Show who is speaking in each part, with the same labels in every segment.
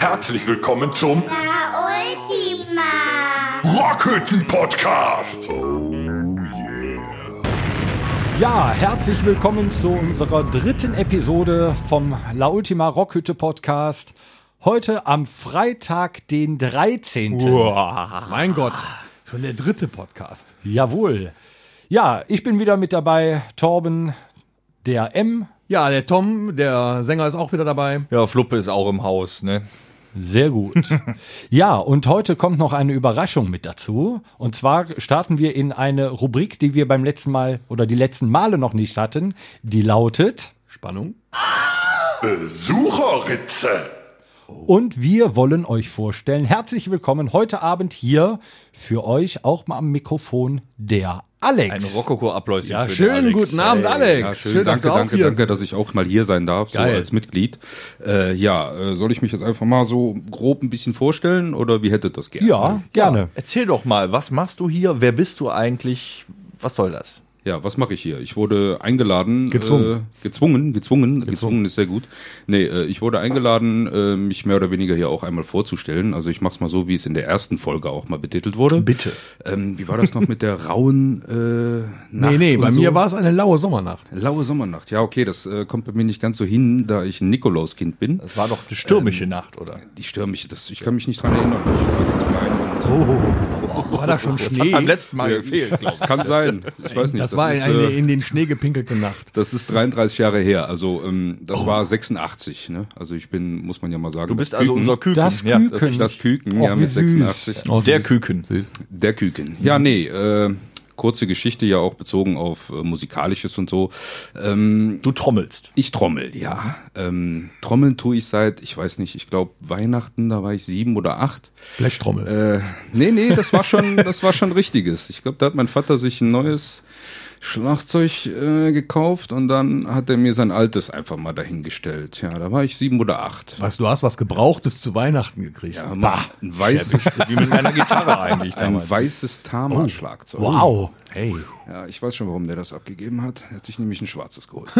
Speaker 1: Herzlich willkommen zum
Speaker 2: La Ultima.
Speaker 1: Rockhütten Podcast.
Speaker 3: Ja, herzlich willkommen zu unserer dritten Episode vom La Ultima Rockhütte Podcast. Heute am Freitag, den 13.
Speaker 4: Mein Gott, schon der dritte Podcast.
Speaker 3: Jawohl. Ja, ich bin wieder mit dabei, Torben, der M.
Speaker 4: Ja, der Tom, der Sänger, ist auch wieder dabei.
Speaker 5: Ja, Fluppe ist auch im Haus, ne?
Speaker 3: Sehr gut. ja, und heute kommt noch eine Überraschung mit dazu. Und zwar starten wir in eine Rubrik, die wir beim letzten Mal oder die letzten Male noch nicht hatten. Die lautet
Speaker 4: Spannung.
Speaker 1: Besucherritze.
Speaker 3: Und wir wollen euch vorstellen, herzlich willkommen heute Abend hier für euch auch mal am Mikrofon der Alex.
Speaker 5: Ein Rokoko-Abläuschen
Speaker 4: Ja, schönen guten Abend, Alex.
Speaker 6: Ja, schön,
Speaker 4: Schön, dass
Speaker 6: danke,
Speaker 4: du auch
Speaker 6: danke,
Speaker 4: hier
Speaker 6: danke,
Speaker 4: bist.
Speaker 6: dass ich auch mal hier sein darf,
Speaker 4: Geil.
Speaker 6: so als Mitglied. Äh, ja, äh, soll ich mich jetzt einfach mal so grob ein bisschen vorstellen oder wie hättet das gerne?
Speaker 3: ja, gerne.
Speaker 5: Erzähl doch mal, was machst du hier? Wer bist du eigentlich? Was soll das?
Speaker 6: Ja, was mache ich hier? Ich wurde eingeladen.
Speaker 4: Gezwungen.
Speaker 6: Äh, gezwungen, gezwungen, gezwungen ist sehr gut. Nee, äh, ich wurde eingeladen, äh, mich mehr oder weniger hier auch einmal vorzustellen. Also ich mach's mal so, wie es in der ersten Folge auch mal betitelt wurde.
Speaker 4: Bitte.
Speaker 6: Ähm, wie war das noch mit der rauen äh, Nacht?
Speaker 4: Nee, nee, bei
Speaker 6: und
Speaker 4: mir
Speaker 6: so?
Speaker 4: war es eine laue Sommernacht.
Speaker 6: Laue Sommernacht, ja, okay, das äh, kommt bei mir nicht ganz so hin, da ich ein Nikolauskind bin.
Speaker 5: Es war doch eine stürmische
Speaker 3: Ähm,
Speaker 5: Nacht, oder?
Speaker 6: Die stören mich, das, ich kann mich nicht dran erinnern. Ich war ganz klein und
Speaker 4: War da schon Schnee?
Speaker 5: letzten Mal
Speaker 6: Das kann sein. Ich weiß nicht.
Speaker 4: das, war
Speaker 6: ist,
Speaker 4: eine
Speaker 6: äh,
Speaker 4: in den Schnee gepinkelte Nacht.
Speaker 6: das ist 33 Jahre her. Also ähm, das war 86. Ne? Also ich bin, muss man ja mal sagen.
Speaker 5: Du bist
Speaker 6: das
Speaker 5: also
Speaker 6: Küken.
Speaker 5: unser Küken.
Speaker 3: Das
Speaker 5: ja.
Speaker 3: Küken.
Speaker 6: Das, das Küken,
Speaker 3: Och,
Speaker 6: ja,
Speaker 3: wie
Speaker 6: mit
Speaker 3: Oh, süß.
Speaker 6: 86.
Speaker 5: Der Küken.
Speaker 6: Der Küken. Ja, nee, äh, kurze Geschichte ja auch bezogen auf äh, Musikalisches und so. Ähm,
Speaker 5: Du trommelst.
Speaker 6: ich trommel, ja. Ähm, trommeln tue ich seit, ich weiß nicht, ich glaube Weihnachten, da war ich sieben oder acht.
Speaker 4: Blechtrommel.
Speaker 6: Äh, nee, nee, das war schon, das war schon richtiges. Ich glaube, da hat mein Vater sich ein neues Schlagzeug äh, gekauft und dann hat er mir sein altes einfach mal dahingestellt. Ja, da war ich sieben oder acht.
Speaker 4: Was, du hast was Gebrauchtes zu Weihnachten gekriegt.
Speaker 6: Ja, ein weißes,
Speaker 5: Wie mit meiner Gitarre eigentlich Oh,
Speaker 6: ein weißes Tama-Schlagzeug.
Speaker 3: Wow.
Speaker 4: Hey.
Speaker 6: Ja, ich weiß schon, warum der das abgegeben hat. Er hat sich nämlich ein schwarzes geholt.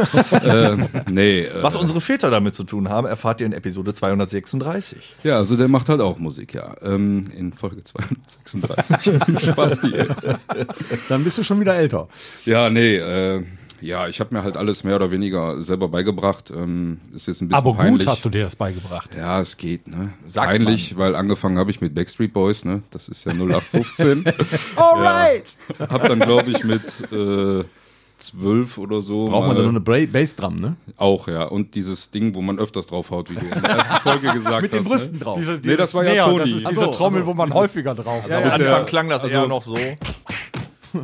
Speaker 6: ähm, nee, äh,
Speaker 5: Was unsere Väter damit zu tun haben, erfahrt ihr in Episode 236.
Speaker 6: ja, also der macht halt auch Musik, ja. Ähm, in Folge 236. Spaß dir.
Speaker 4: Dann bist du schon wieder älter.
Speaker 6: Ja, nee, äh, ja, ich habe mir halt alles mehr oder weniger selber beigebracht. Ähm, ist jetzt ein bisschen
Speaker 3: Aber
Speaker 6: peinlich.
Speaker 3: gut hast du dir das beigebracht.
Speaker 6: ja, es geht, ne?
Speaker 5: Sagt
Speaker 6: Peinlich, weil angefangen habe ich mit Backstreet Boys, ne? Das ist ja 0815.
Speaker 4: Alright.
Speaker 6: hab dann, glaube ich, mit äh, 12 oder so.
Speaker 4: Braucht man
Speaker 6: mal-
Speaker 4: da noch eine Bra Bassdrum, ne?
Speaker 6: Auch, ja. Und dieses Ding, wo man öfters draufhaut, wie du in der ersten Folge gesagt
Speaker 4: Mit
Speaker 6: hast.
Speaker 4: den Brüsten
Speaker 6: Ne?
Speaker 4: drauf.
Speaker 6: Nee, das war ja Toni.
Speaker 3: Diese
Speaker 4: Ach so,
Speaker 3: Trommel,
Speaker 4: also,
Speaker 3: wo man häufiger drauf ist.
Speaker 5: Am
Speaker 6: der-
Speaker 5: Anfang klang
Speaker 3: Also,
Speaker 5: das eher noch so.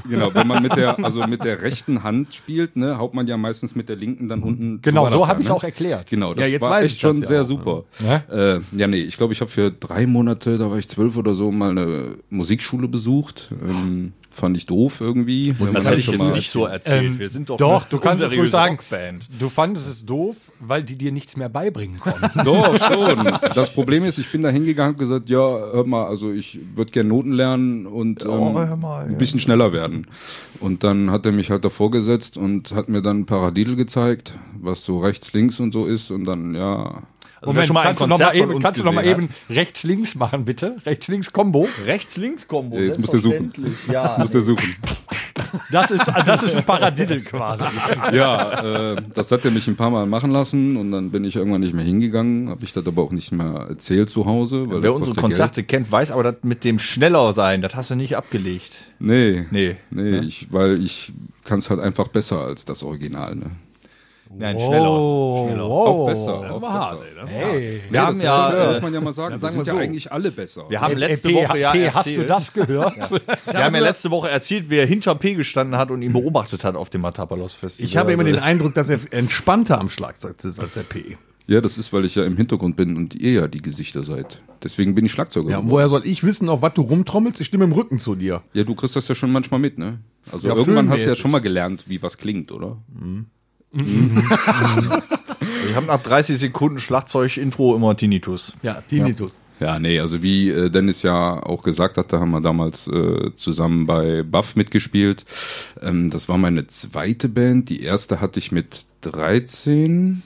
Speaker 6: Genau, wenn man mit der, also mit der rechten Hand spielt, ne, haut man ja meistens mit der linken dann unten.
Speaker 3: Genau,
Speaker 6: war
Speaker 3: so
Speaker 6: das
Speaker 3: habe ich es
Speaker 6: ne?
Speaker 3: auch erklärt.
Speaker 6: Genau, das
Speaker 4: Ja, jetzt
Speaker 6: war
Speaker 4: weiß
Speaker 6: echt
Speaker 4: ich das
Speaker 6: schon
Speaker 4: ja
Speaker 6: sehr
Speaker 4: auch,
Speaker 6: super.
Speaker 3: ne?
Speaker 6: Äh, ja, nee, ich glaube, ich habe für drei Monate, da war ich zwölf oder so, mal eine Musikschule besucht. Ähm, fand ich doof irgendwie.
Speaker 5: Das
Speaker 6: Ja,
Speaker 5: hätte ich
Speaker 6: schon
Speaker 5: jetzt
Speaker 6: mal-
Speaker 5: nicht so erzählt.
Speaker 3: Ähm,
Speaker 5: Wir sind doch,
Speaker 3: doch,
Speaker 5: eine
Speaker 3: du kannst es
Speaker 5: unseriöse
Speaker 3: ruhig sagen.
Speaker 5: Rockband. Also,
Speaker 3: Du fandest es doof, weil die dir nichts mehr beibringen konnten.
Speaker 6: Doch, schon. Das Problem ist, ich bin da hingegangen und gesagt, ja, hör mal, also ich würde gerne Noten lernen und ähm,
Speaker 5: hör mal, ja.
Speaker 6: ein bisschen schneller werden. Und dann hat er mich halt davor gesetzt und hat mir dann Paradiddle gezeigt, was so rechts, links und so ist. Und dann, ja,
Speaker 5: Also wer schon mal ein
Speaker 3: kannst du noch
Speaker 5: Konzert
Speaker 3: mal
Speaker 5: von
Speaker 3: eben,
Speaker 5: uns
Speaker 3: kannst du noch mal
Speaker 5: gesehen
Speaker 3: eben rechts-links machen, bitte? Rechts-links-Kombo.
Speaker 5: Rechts-Links-Kombo.
Speaker 6: Jetzt muss der suchen.
Speaker 5: selbstverständlich, Ja.
Speaker 6: muss der suchen.
Speaker 3: Das ist, das ist ein Paradiddle quasi.
Speaker 6: Ja, äh, das hat er mich ein paar Mal machen lassen und dann bin ich irgendwann nicht mehr hingegangen. Habe ich das aber auch nicht mehr erzählt zu Hause. Weil das
Speaker 5: Wer unsere
Speaker 6: kostet
Speaker 5: Konzerte kennt, weiß aber, das mit dem schneller sein, das hast du nicht abgelegt.
Speaker 6: Nee.
Speaker 5: Nee.
Speaker 6: Nee, ich, weil ich kann es halt einfach besser als das Original. Ne?
Speaker 5: Nein,
Speaker 3: Oh,
Speaker 6: Auch besser.
Speaker 3: wow.
Speaker 6: auch besser.
Speaker 3: Hey.
Speaker 5: Wir haben
Speaker 6: das
Speaker 5: ja,
Speaker 6: ist schon,
Speaker 5: äh,
Speaker 6: muss man ja mal sagen. Wir sind ja eigentlich alle besser.
Speaker 5: Wir haben letzte
Speaker 3: P,
Speaker 5: Woche ja
Speaker 3: P,
Speaker 5: erzählt,
Speaker 3: hast du das gehört?
Speaker 5: wir haben ja letzte Woche erzählt, wer hinter P gestanden hat und ihn beobachtet hat auf dem Matapalos Festival.
Speaker 4: Ich habe immer
Speaker 5: Also,
Speaker 4: den Eindruck, dass er entspannter am Schlagzeug ist als der P.
Speaker 6: Ja, das ist, weil ich ja im Hintergrund bin und ihr ja die Gesichter seid. Deswegen bin ich Schlagzeuger.
Speaker 4: Ja,
Speaker 6: Ja,
Speaker 4: und woher soll ich wissen, auf was du rumtrommelst? Ich stimme im Rücken zu dir.
Speaker 6: du kriegst das ja schon manchmal mit, ne? Also
Speaker 4: Ja,
Speaker 6: irgendwann hast du ja
Speaker 4: filmmäßig.
Speaker 6: schon mal gelernt, wie was klingt, oder?
Speaker 5: ich habe nach 30 Sekunden Schlagzeug-Intro immer Tinnitus.
Speaker 4: Ja, Tinnitus.
Speaker 6: Ja, nee, also wie äh, Dennis ja auch gesagt hat, da haben wir damals äh, zusammen bei Buff mitgespielt. Ähm, das war meine zweite Band. Die erste hatte ich mit 13.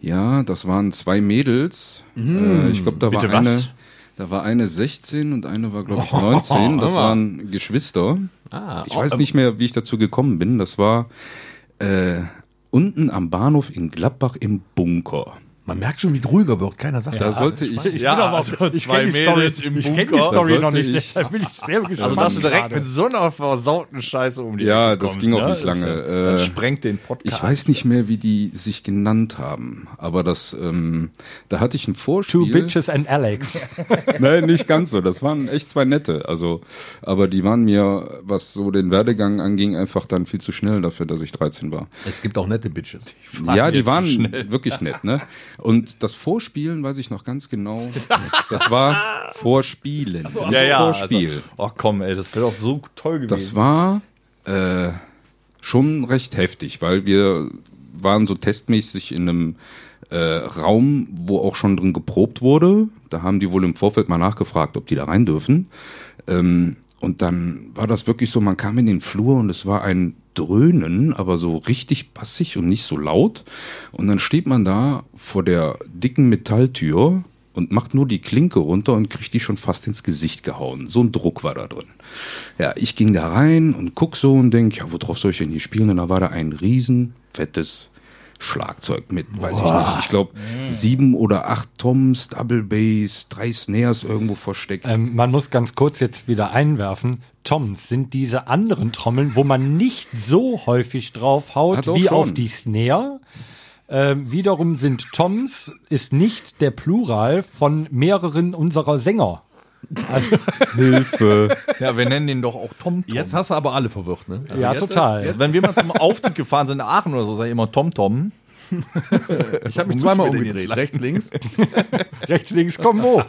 Speaker 6: Ja, das waren zwei Mädels. äh, ich glaube, da war
Speaker 5: Mhm. bitte was? Oh,
Speaker 6: eine. Da war eine 16 und eine war, glaube ich, 19. Das waren Geschwister.
Speaker 5: Ah,
Speaker 6: ich weiß nicht mehr, wie ich dazu gekommen bin. Das war äh, unten am Bahnhof in Gladbach im Bunker.
Speaker 4: Man merkt schon, wie es ruhiger wird. Keiner sagt
Speaker 6: Da
Speaker 4: das.
Speaker 6: sollte ich.
Speaker 5: Ja,
Speaker 3: also, ich
Speaker 5: zwei
Speaker 3: kenn die
Speaker 5: Mädels
Speaker 3: Story-
Speaker 5: im
Speaker 3: Ich kenne die
Speaker 5: Bunker.
Speaker 3: Story
Speaker 6: Da
Speaker 3: noch nicht,
Speaker 6: sollte ich-
Speaker 3: deshalb bin ich sehr gespannt.
Speaker 5: Also, dass du direkt
Speaker 3: gerade.
Speaker 5: mit so einer versauten Scheiße um die
Speaker 6: Ja,
Speaker 5: Ecke
Speaker 6: das
Speaker 5: kommst,
Speaker 6: ging auch
Speaker 5: ne?
Speaker 6: nicht
Speaker 5: Das ist
Speaker 6: lange.
Speaker 5: Ja, das
Speaker 6: Äh,
Speaker 5: sprengt den Podcast.
Speaker 6: Ich weiß nicht mehr, wie die sich genannt haben, aber das, ähm, da hatte ich ein
Speaker 3: Two
Speaker 6: Vorspiel.
Speaker 3: Bitches and Alex.
Speaker 6: Nein, nicht ganz so. Das waren echt zwei nette. Also, aber die waren mir, was so den Werdegang anging, einfach dann viel zu schnell dafür, dass ich 13 war.
Speaker 4: Es gibt auch nette Bitches.
Speaker 6: ja, die
Speaker 5: jetzt
Speaker 6: waren
Speaker 5: zu schnell.
Speaker 6: wirklich nett, ne? Und das Vorspielen weiß ich noch ganz genau. Das war Vorspielen. nicht
Speaker 5: ja, ja,
Speaker 6: Vorspiel.
Speaker 5: Also, oh komm, ey, das wäre doch so toll
Speaker 6: Das
Speaker 5: gewesen.
Speaker 6: war äh, schon recht heftig, weil wir waren so testmäßig in einem äh, Raum, wo auch schon drin geprobt wurde. Da haben die wohl im Vorfeld mal nachgefragt, ob die da rein dürfen. Ähm, und dann war das wirklich so, man kam in den Flur und es war ein Dröhnen, aber so richtig bassig und nicht so laut. Und dann steht man da vor der dicken Metalltür und macht nur die Klinke runter und kriegt die schon fast ins Gesicht gehauen. So ein Druck war da drin. Ja, ich ging da rein und guck so und denk, ja, worauf soll ich denn hier spielen? Und da war da ein riesen fettes Schlagzeug mit, weiß ich nicht, ich glaube sieben oder acht Toms, Double Bass, drei Snares irgendwo versteckt.
Speaker 3: Ähm, man muss ganz kurz jetzt wieder einwerfen. Toms sind diese anderen Trommeln, wo man nicht so häufig draufhaut
Speaker 6: Hat auch
Speaker 3: wie
Speaker 6: schon.
Speaker 3: auf die Snare. Ähm, wiederum sind Toms ist nicht der Plural von mehreren unserer Sänger. Also,
Speaker 5: Hilfe. Ja, wir nennen den doch auch Tom Tom.
Speaker 4: Jetzt hast du aber alle verwirrt, ne? Also
Speaker 3: ja,
Speaker 4: jetzt-
Speaker 3: total.
Speaker 5: Also, wenn wir mal zum Auftritt gefahren sind in Aachen oder so, sag ich immer Tom Tom.
Speaker 4: Ich habe mich
Speaker 5: Wo müssen
Speaker 4: zweimal
Speaker 5: wir denn
Speaker 4: umgedreht.
Speaker 5: jetzt lang?
Speaker 4: Rechts, links.
Speaker 3: Rechts, links, Kombo.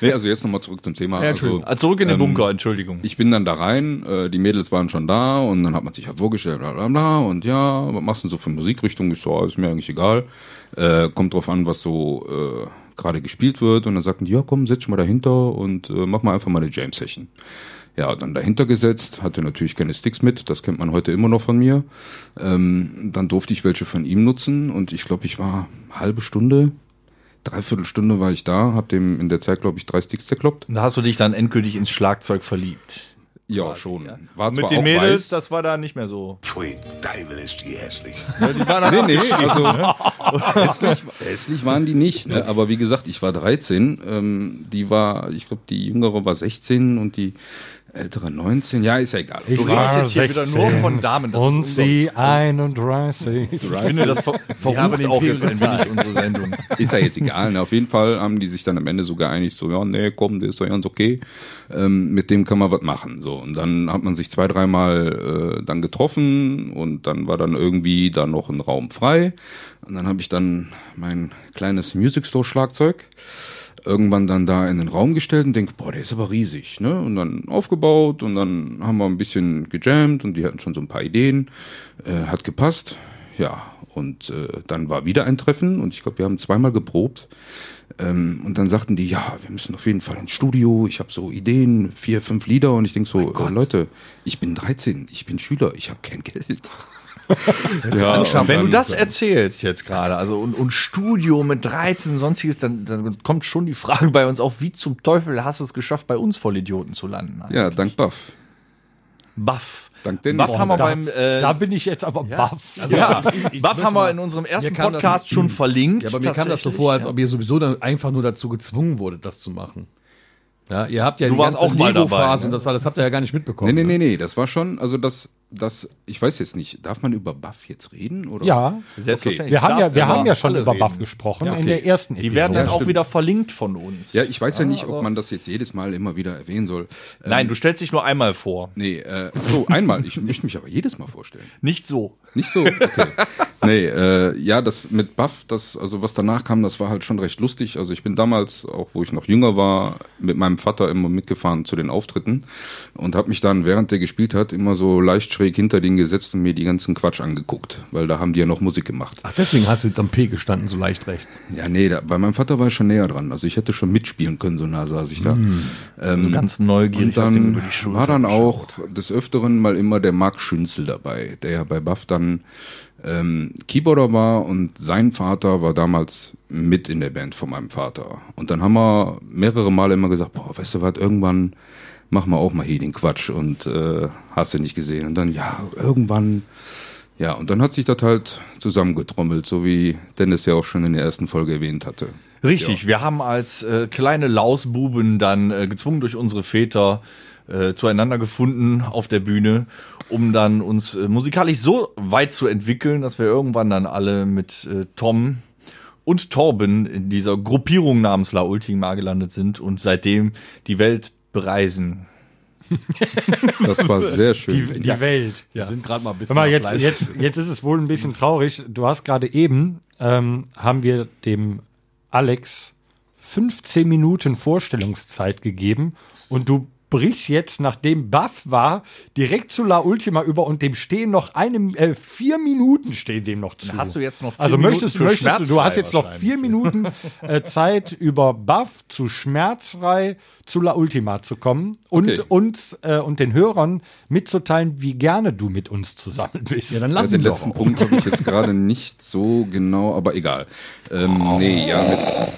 Speaker 6: Nee, also jetzt nochmal zurück zum Thema. also,
Speaker 5: Ah, Zurück in den Bunker, Entschuldigung.
Speaker 6: ich bin dann da rein, äh, die Mädels waren schon da und dann hat man sich halt vorgestellt, bla bla bla und ja, was machst du denn so für Musikrichtung? Ich so, ah, ist mir eigentlich egal. Äh, kommt drauf an, was so äh, gerade gespielt wird und dann sagten die, ja komm, setz dich mal dahinter und äh, mach mal einfach mal eine Jam-Session. Ja, dann dahinter gesetzt, hatte natürlich keine Sticks mit, das kennt man heute immer noch von mir. Ähm, dann durfte ich welche von ihm nutzen und ich glaube, ich war halbe Stunde, dreiviertel Stunde war ich da, hab dem in der Zeit, glaube ich, drei Sticks zerkloppt.
Speaker 5: Da hast du dich dann endgültig ins Schlagzeug verliebt.
Speaker 6: Ja, schon. War zwar
Speaker 5: Mit den
Speaker 6: auch
Speaker 5: Mädels,
Speaker 6: weiß,
Speaker 5: das war da nicht mehr so.
Speaker 7: Pfui, Teufel ist die hässlich.
Speaker 6: Nee, nee, also hässlich, hässlich waren die nicht. Ne? Aber wie gesagt, ich war 13, ähm, die war, ich glaube, die jüngere war 16 und die ältere 19. Ja, ist ja egal.
Speaker 3: Ich
Speaker 5: redest jetzt hier wieder nur von Damen, das ist
Speaker 3: und sie 31.
Speaker 5: Ich finde, das ver verrucht auch jetzt ein wenig unsere Sendung.
Speaker 6: Ist ja jetzt egal. Ne? Auf jeden Fall haben die sich dann am Ende so geeinigt, so, ja, nee, komm, der ist doch ganz okay. Ähm, mit dem kann man was machen. So. Und dann hat man sich zwei, dreimal äh, dann getroffen und dann war dann irgendwie da noch ein Raum frei. Und dann habe ich dann mein kleines Music Store Schlagzeug irgendwann dann da in den Raum gestellt und denk, boah, der ist aber riesig, ne? Und dann aufgebaut und dann haben wir ein bisschen gejammt und die hatten schon so ein paar Ideen, äh, hat gepasst, ja. Und äh, dann war wieder ein Treffen und ich glaube, wir haben zweimal geprobt. Ähm, und dann sagten die, ja, wir müssen auf jeden Fall ins Studio, ich habe so Ideen, vier, fünf Lieder und ich denk so, äh, Leute, ich bin 13, ich bin Schüler, ich habe kein Geld. ja, und
Speaker 5: also Wenn du
Speaker 6: dann-
Speaker 5: das erzählst jetzt gerade, also und, und Studio mit 13 und sonstiges, dann, dann kommt schon die Frage bei uns auf, wie zum Teufel hast du es geschafft, bei uns Vollidioten zu landen?
Speaker 6: Ja, dank Buff.
Speaker 5: Buff.
Speaker 6: Dank Dennis.
Speaker 5: Buff haben wir
Speaker 3: da,
Speaker 5: beim äh,
Speaker 3: da bin ich jetzt aber baff.
Speaker 4: Also
Speaker 5: ja, Also, Buff haben wir in unserem ersten
Speaker 4: Mir kam das-
Speaker 5: Podcast schon verlinkt.
Speaker 4: Ja, aber mir kam das so
Speaker 5: tatsächlich.
Speaker 4: vor, als ob ihr sowieso dann einfach nur dazu gezwungen wurdet, das zu machen. Ja, ihr habt ja
Speaker 5: Du warst auch mal dabei,
Speaker 4: Lego-Phase
Speaker 5: ne?
Speaker 4: und das, alles habt ihr ja gar nicht mitbekommen.
Speaker 6: Nee, nee,
Speaker 4: ne?
Speaker 6: nee, nee, das war schon, also das, das, ich weiß jetzt nicht, darf man über Buff jetzt reden? Oder?
Speaker 3: Ja,
Speaker 5: Selbstverständlich.
Speaker 3: wir haben ja,
Speaker 5: Darfst
Speaker 3: wir
Speaker 5: aber
Speaker 3: haben ja schon
Speaker 5: alle
Speaker 3: über
Speaker 5: reden.
Speaker 3: Buff gesprochen in
Speaker 6: okay.
Speaker 3: der ersten
Speaker 5: Die werden dann
Speaker 6: Ja,
Speaker 5: auch
Speaker 6: stimmt.
Speaker 5: wieder verlinkt von uns.
Speaker 6: Ja, ich weiß ja nicht, ob man das jetzt jedes Mal immer wieder erwähnen soll. Äh,
Speaker 5: Nein, du stellst dich nur einmal vor.
Speaker 6: nee, äh, ach so, einmal, ich möchte mich aber jedes Mal vorstellen.
Speaker 5: Nicht so.
Speaker 6: Nicht so, okay. Nee, äh, ja, das mit Buff, das, also was danach kam, das war halt schon recht lustig. Also ich bin damals, auch wo ich noch jünger war, mit meinem Vater immer mitgefahren zu den Auftritten und habe mich dann, während der gespielt hat, immer so leicht schräg hinter denen gesetzt und mir die ganzen Quatsch angeguckt, weil da haben die ja noch Musik gemacht.
Speaker 4: Ach, deswegen hast du jetzt am P gestanden, so leicht rechts.
Speaker 6: Ja, nee, da, bei meinem Vater war ich schon näher dran. Also ich hätte schon mitspielen können, so nah saß ich da.
Speaker 5: so ganz neugierig
Speaker 6: Mhm. Und dann war dann auch des Öfteren mal immer der Marc Schünzel dabei, der ja bei Buff dann ähm, Keyboarder war und sein Vater war damals mit in der Band von meinem Vater. Und dann haben wir mehrere Male immer gesagt, boah, weißt du was, irgendwann machen wir auch mal hier den Quatsch und äh, hast du nicht gesehen. Und dann, ja, irgendwann, ja, und dann hat sich das halt zusammengetrommelt, so wie Dennis ja auch schon in der ersten Folge erwähnt hatte.
Speaker 5: Richtig, wir haben als äh, kleine Lausbuben dann äh, gezwungen durch unsere Väter äh, zueinander gefunden auf der Bühne, um dann uns äh, musikalisch so weit zu entwickeln, dass wir irgendwann dann alle mit äh, Tom und Torben in dieser Gruppierung namens La Ultima gelandet sind und seitdem die Welt bereisen.
Speaker 6: Das war sehr schön.
Speaker 3: Die, die Welt. Ja.
Speaker 4: sind gerade mal ein bisschen
Speaker 3: Hör mal,
Speaker 4: nach
Speaker 3: jetzt,
Speaker 4: Fleisch.
Speaker 3: jetzt, jetzt ist es wohl ein bisschen
Speaker 5: Hm.
Speaker 3: traurig. Du hast gerade eben, ähm, haben wir dem Alex 15 Minuten Vorstellungszeit gegeben und du brichst jetzt, nachdem Buff war, direkt zu La Ultima über und dem stehen noch eine, äh, vier Minuten stehen dem noch zu.
Speaker 5: Hast du jetzt noch vier
Speaker 3: also
Speaker 5: Minuten
Speaker 3: möchtest,
Speaker 5: für
Speaker 3: möchtest du, du hast
Speaker 5: schmerzfrei
Speaker 3: jetzt noch vier Minuten äh, Zeit, über Buff zu schmerzfrei zu La Ultima zu kommen und
Speaker 6: Okay.
Speaker 3: uns äh, und den Hörern mitzuteilen, wie gerne du mit uns zusammen bist.
Speaker 4: Ja, dann lass
Speaker 6: Also
Speaker 4: ihn
Speaker 6: den
Speaker 4: doch.
Speaker 6: letzten Punkt habe ich jetzt gerade nicht so genau, aber egal. Ähm, nee, ja, mit. Ah,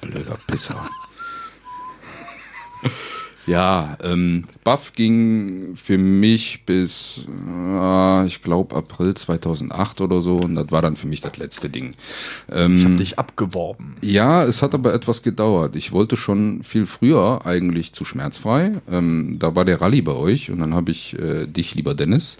Speaker 6: du blöder Pisser. Ja, ähm, Buff ging für mich bis, äh, ich glaube, April 2008 oder so. Und das war dann für mich das letzte Ding.
Speaker 5: Dich abgeworben.
Speaker 6: Ja, es hat aber etwas gedauert. Ich wollte schon viel früher eigentlich zu schmerzfrei. Ähm, da war der Rallye bei euch und dann habe ich äh, dich, lieber Dennis,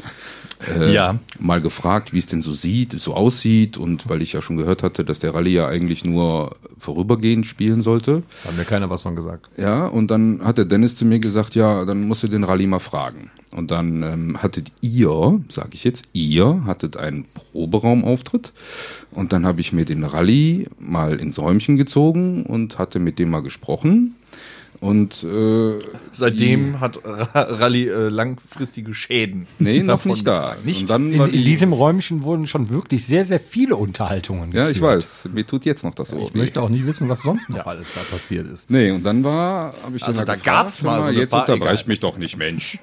Speaker 6: äh,
Speaker 5: Ja.
Speaker 6: mal gefragt, wie es denn so sieht, so aussieht und weil ich ja schon gehört hatte, dass der Rallye ja eigentlich nur vorübergehend spielen sollte.
Speaker 4: Hat mir keiner was von gesagt.
Speaker 6: Ja, und dann hat der Dennis zu mir gesagt, ja, dann musst du den Rallye mal fragen. Und dann ähm, hattet ihr, sage ich jetzt, ihr hattet einen Proberaumauftritt. Und dann habe ich mir den Rallye mal ins Räumchen gezogen und hatte mit dem mal gesprochen. Und äh,
Speaker 5: Seitdem hat Ra- Rally äh, langfristige Schäden.
Speaker 6: nee, noch
Speaker 5: davon
Speaker 6: nicht da.
Speaker 5: getragen. Nicht
Speaker 6: Und dann
Speaker 3: In,
Speaker 6: war
Speaker 3: in
Speaker 6: die-
Speaker 3: diesem Räumchen wurden schon wirklich sehr, sehr viele Unterhaltungen
Speaker 6: Ja, ich
Speaker 3: geführt.
Speaker 6: weiß. Mir tut jetzt noch das Ohr
Speaker 4: Ich
Speaker 6: weh.
Speaker 4: möchte auch nicht wissen, was sonst noch alles da passiert ist. ne?
Speaker 6: Nee, und dann war, habe ich
Speaker 5: Also
Speaker 6: dann
Speaker 5: da
Speaker 6: gefragt,
Speaker 5: gab's mal
Speaker 6: hör
Speaker 5: so eine
Speaker 6: jetzt
Speaker 5: paar-
Speaker 6: unterbreich
Speaker 5: egal.
Speaker 6: mich doch nicht, Mensch.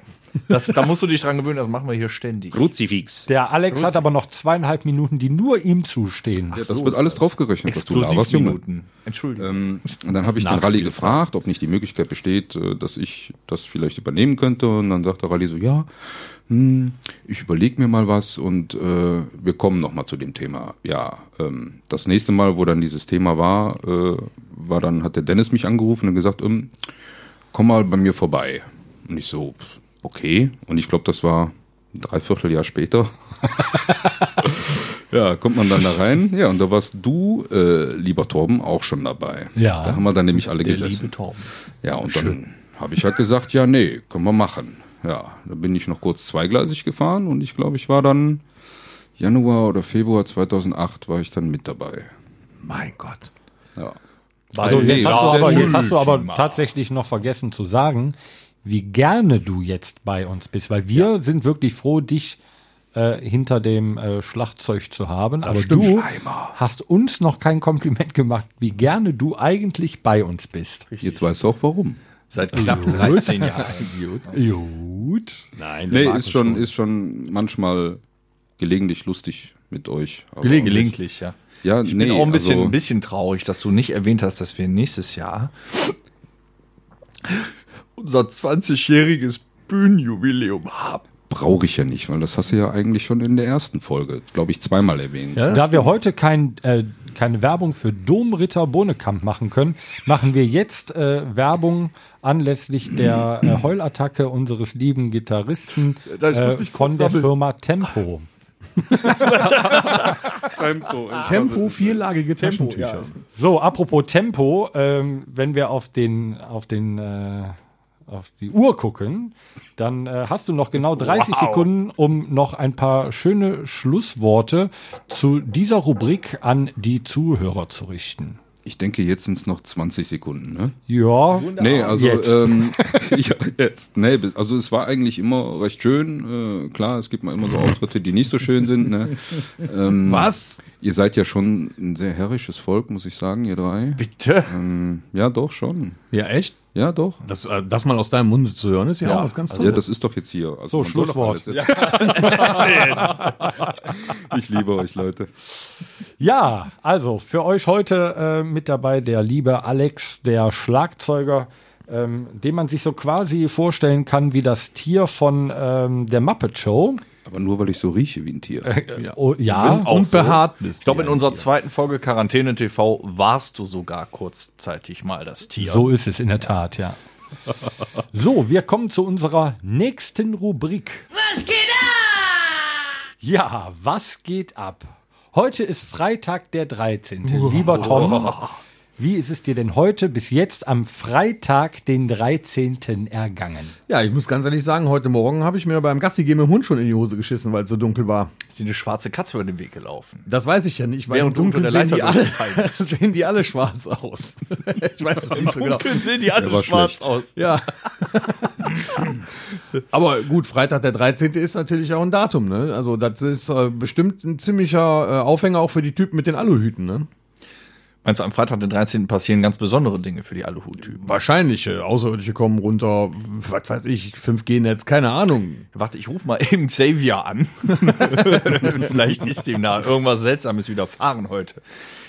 Speaker 5: Das, da musst du dich dran gewöhnen, das machen wir hier ständig.
Speaker 6: Kruzifix.
Speaker 3: Der Alex hat aber noch zweieinhalb Minuten, die nur ihm zustehen.
Speaker 6: Ja, das wird alles draufgerechnet, was du laberst, Junge.
Speaker 5: Exklusivminuten. Entschuldigung.
Speaker 6: Ähm, und dann habe ich den Rallye gefragt, ob nicht die Möglichkeit besteht, äh, dass ich das vielleicht übernehmen könnte. Und dann sagt der Rallye so, ja, hm, ich überlege mir mal was und äh, wir kommen nochmal zu dem Thema. Ja, ähm, das nächste Mal, wo dann dieses Thema war, äh, war dann, hat der Dennis mich angerufen und gesagt, ähm, komm mal bei mir vorbei. Und ich so, pf, okay. Und ich glaube, das war ein Dreivierteljahr später. Ja, kommt man dann da rein. Ja, und da warst du, äh, lieber Torben, auch schon dabei.
Speaker 3: Ja.
Speaker 6: Da haben wir dann nämlich alle gesessen.
Speaker 5: Torben.
Speaker 6: Ja, und dann habe ich halt gesagt, ja, nee, können wir machen. Ja, da bin ich noch kurz zweigleisig gefahren und ich glaube, ich war dann Januar oder Februar 2008 war ich dann mit dabei.
Speaker 4: Mein Gott.
Speaker 6: Ja.
Speaker 3: also
Speaker 6: nee,
Speaker 3: jetzt,
Speaker 6: das
Speaker 3: hast
Speaker 6: ist
Speaker 3: du
Speaker 6: sehr
Speaker 3: aber,
Speaker 6: schön.
Speaker 3: jetzt hast du aber tatsächlich noch vergessen zu sagen, wie gerne du jetzt bei uns bist, weil wir sind wirklich froh, dich äh, hinter dem äh, Schlagzeug zu haben. aber du hast uns noch kein Kompliment gemacht, wie gerne du eigentlich bei uns bist.
Speaker 6: Jetzt weißt du auch warum.
Speaker 5: Seit knapp 13 Jahren.
Speaker 3: Gut.
Speaker 4: Nein,
Speaker 6: Nee, ist schon, ist schon manchmal gelegentlich lustig mit euch. aber-
Speaker 5: Gelegentlich, ja.
Speaker 6: Ja,
Speaker 5: Ich
Speaker 6: nee,
Speaker 5: bin auch ein bisschen,
Speaker 6: also,
Speaker 5: ein bisschen traurig, dass du nicht erwähnt hast, dass wir nächstes Jahr unser 20-jähriges Bühnenjubiläum haben.
Speaker 6: brauche ich ja nicht, weil das hast du ja eigentlich schon in der ersten Folge, glaube ich, zweimal erwähnt.
Speaker 3: Da wir heute kein, äh, keine Werbung für Domritter Bohnekamp machen können, machen wir jetzt äh, Werbung anlässlich der äh, Heulattacke unseres lieben Gitarristen
Speaker 5: ich muss
Speaker 3: äh,
Speaker 5: mich kurz
Speaker 3: von der
Speaker 5: sammeln.
Speaker 3: Firma Tempo.
Speaker 4: Tempo, vierlagige Taschentücher.
Speaker 3: So, apropos Tempo, ähm, wenn wir auf den, auf den, äh, auf die Uhr gucken, dann äh, hast du noch genau 30 Sekunden, um noch ein paar schöne Schlussworte zu dieser Rubrik an die Zuhörer zu richten.
Speaker 6: Ich denke, jetzt sind es noch 20 Sekunden, ne?
Speaker 3: Ja,
Speaker 6: Nee, also
Speaker 3: Jetzt.
Speaker 6: Ähm, ja, jetzt. Nee, bis- also es war eigentlich immer recht schön. Äh, klar, es gibt mal immer so Auftritte, die nicht so schön sind. Ne? Ähm,
Speaker 4: Was?
Speaker 6: Ihr seid ja schon ein sehr herrisches Volk, muss ich sagen, ihr drei. Ähm,
Speaker 5: Bitte?
Speaker 6: Ja, doch schon.
Speaker 4: Ja, echt?
Speaker 6: Ja, doch.
Speaker 4: Das, äh, das mal aus deinem Munde zu hören, ist ja, auch was ganz
Speaker 6: Also, Ja,
Speaker 4: Tolles.
Speaker 6: das ist doch jetzt hier.
Speaker 3: So,
Speaker 6: Also man soll doch
Speaker 3: Schlusswort.
Speaker 6: alles jetzt. ich liebe euch, Leute.
Speaker 3: Ja, also für euch heute äh, mit dabei der liebe Alex, der Schlagzeuger, ähm, den man sich so quasi vorstellen kann wie das Tier von ähm, der Muppet Show.
Speaker 6: Aber nur, weil ich so rieche wie ein Tier.
Speaker 3: Ja, oh, ja.
Speaker 5: auch
Speaker 4: und
Speaker 5: so.
Speaker 4: behaart bist.
Speaker 5: Ich glaube, in unserer zweiten Folge Quarantäne TV warst du sogar kurzzeitig mal das Tier.
Speaker 3: so ist es in der Tat, ja. So, wir kommen zu unserer nächsten Rubrik.
Speaker 2: Was geht ab?
Speaker 3: Ja, was geht ab? Heute ist Freitag der 13. Lieber Tom, wie ist es dir denn heute bis jetzt am Freitag, den 13. ergangen?
Speaker 4: Ja, ich muss ganz ehrlich sagen, heute Morgen habe ich mir beim Gassi gehen mit dem Hund schon in die Hose geschissen, weil es so dunkel war.
Speaker 5: ist dir eine schwarze Katze über den Weg gelaufen.
Speaker 4: Das weiß ich ja nicht, weil
Speaker 5: Während
Speaker 4: im Dunkeln
Speaker 5: du unter
Speaker 4: sehen
Speaker 5: der
Speaker 4: die,
Speaker 5: Leiter
Speaker 4: alle, sehen die alle schwarz aus. ich weiß es nicht so genau.
Speaker 5: sehen die alle
Speaker 6: war schlecht.
Speaker 5: aus.
Speaker 4: Ja. Aber gut, Freitag der 13. ist natürlich auch ein Datum, ne? Also das ist äh, bestimmt ein ziemlicher äh, Aufhänger auch für die Typen mit den Aluhüten, ne?
Speaker 5: Meinst du, am Freitag, den 13. passieren ganz besondere Dinge für die Aluhut-Typen?
Speaker 4: Wahrscheinlich, äh, Außerirdische kommen runter, was weiß ich, 5G-Netz, keine Ahnung.
Speaker 5: Warte, ich rufe mal eben Xavier an. Vielleicht ist ihm da irgendwas Seltsames widerfahren heute.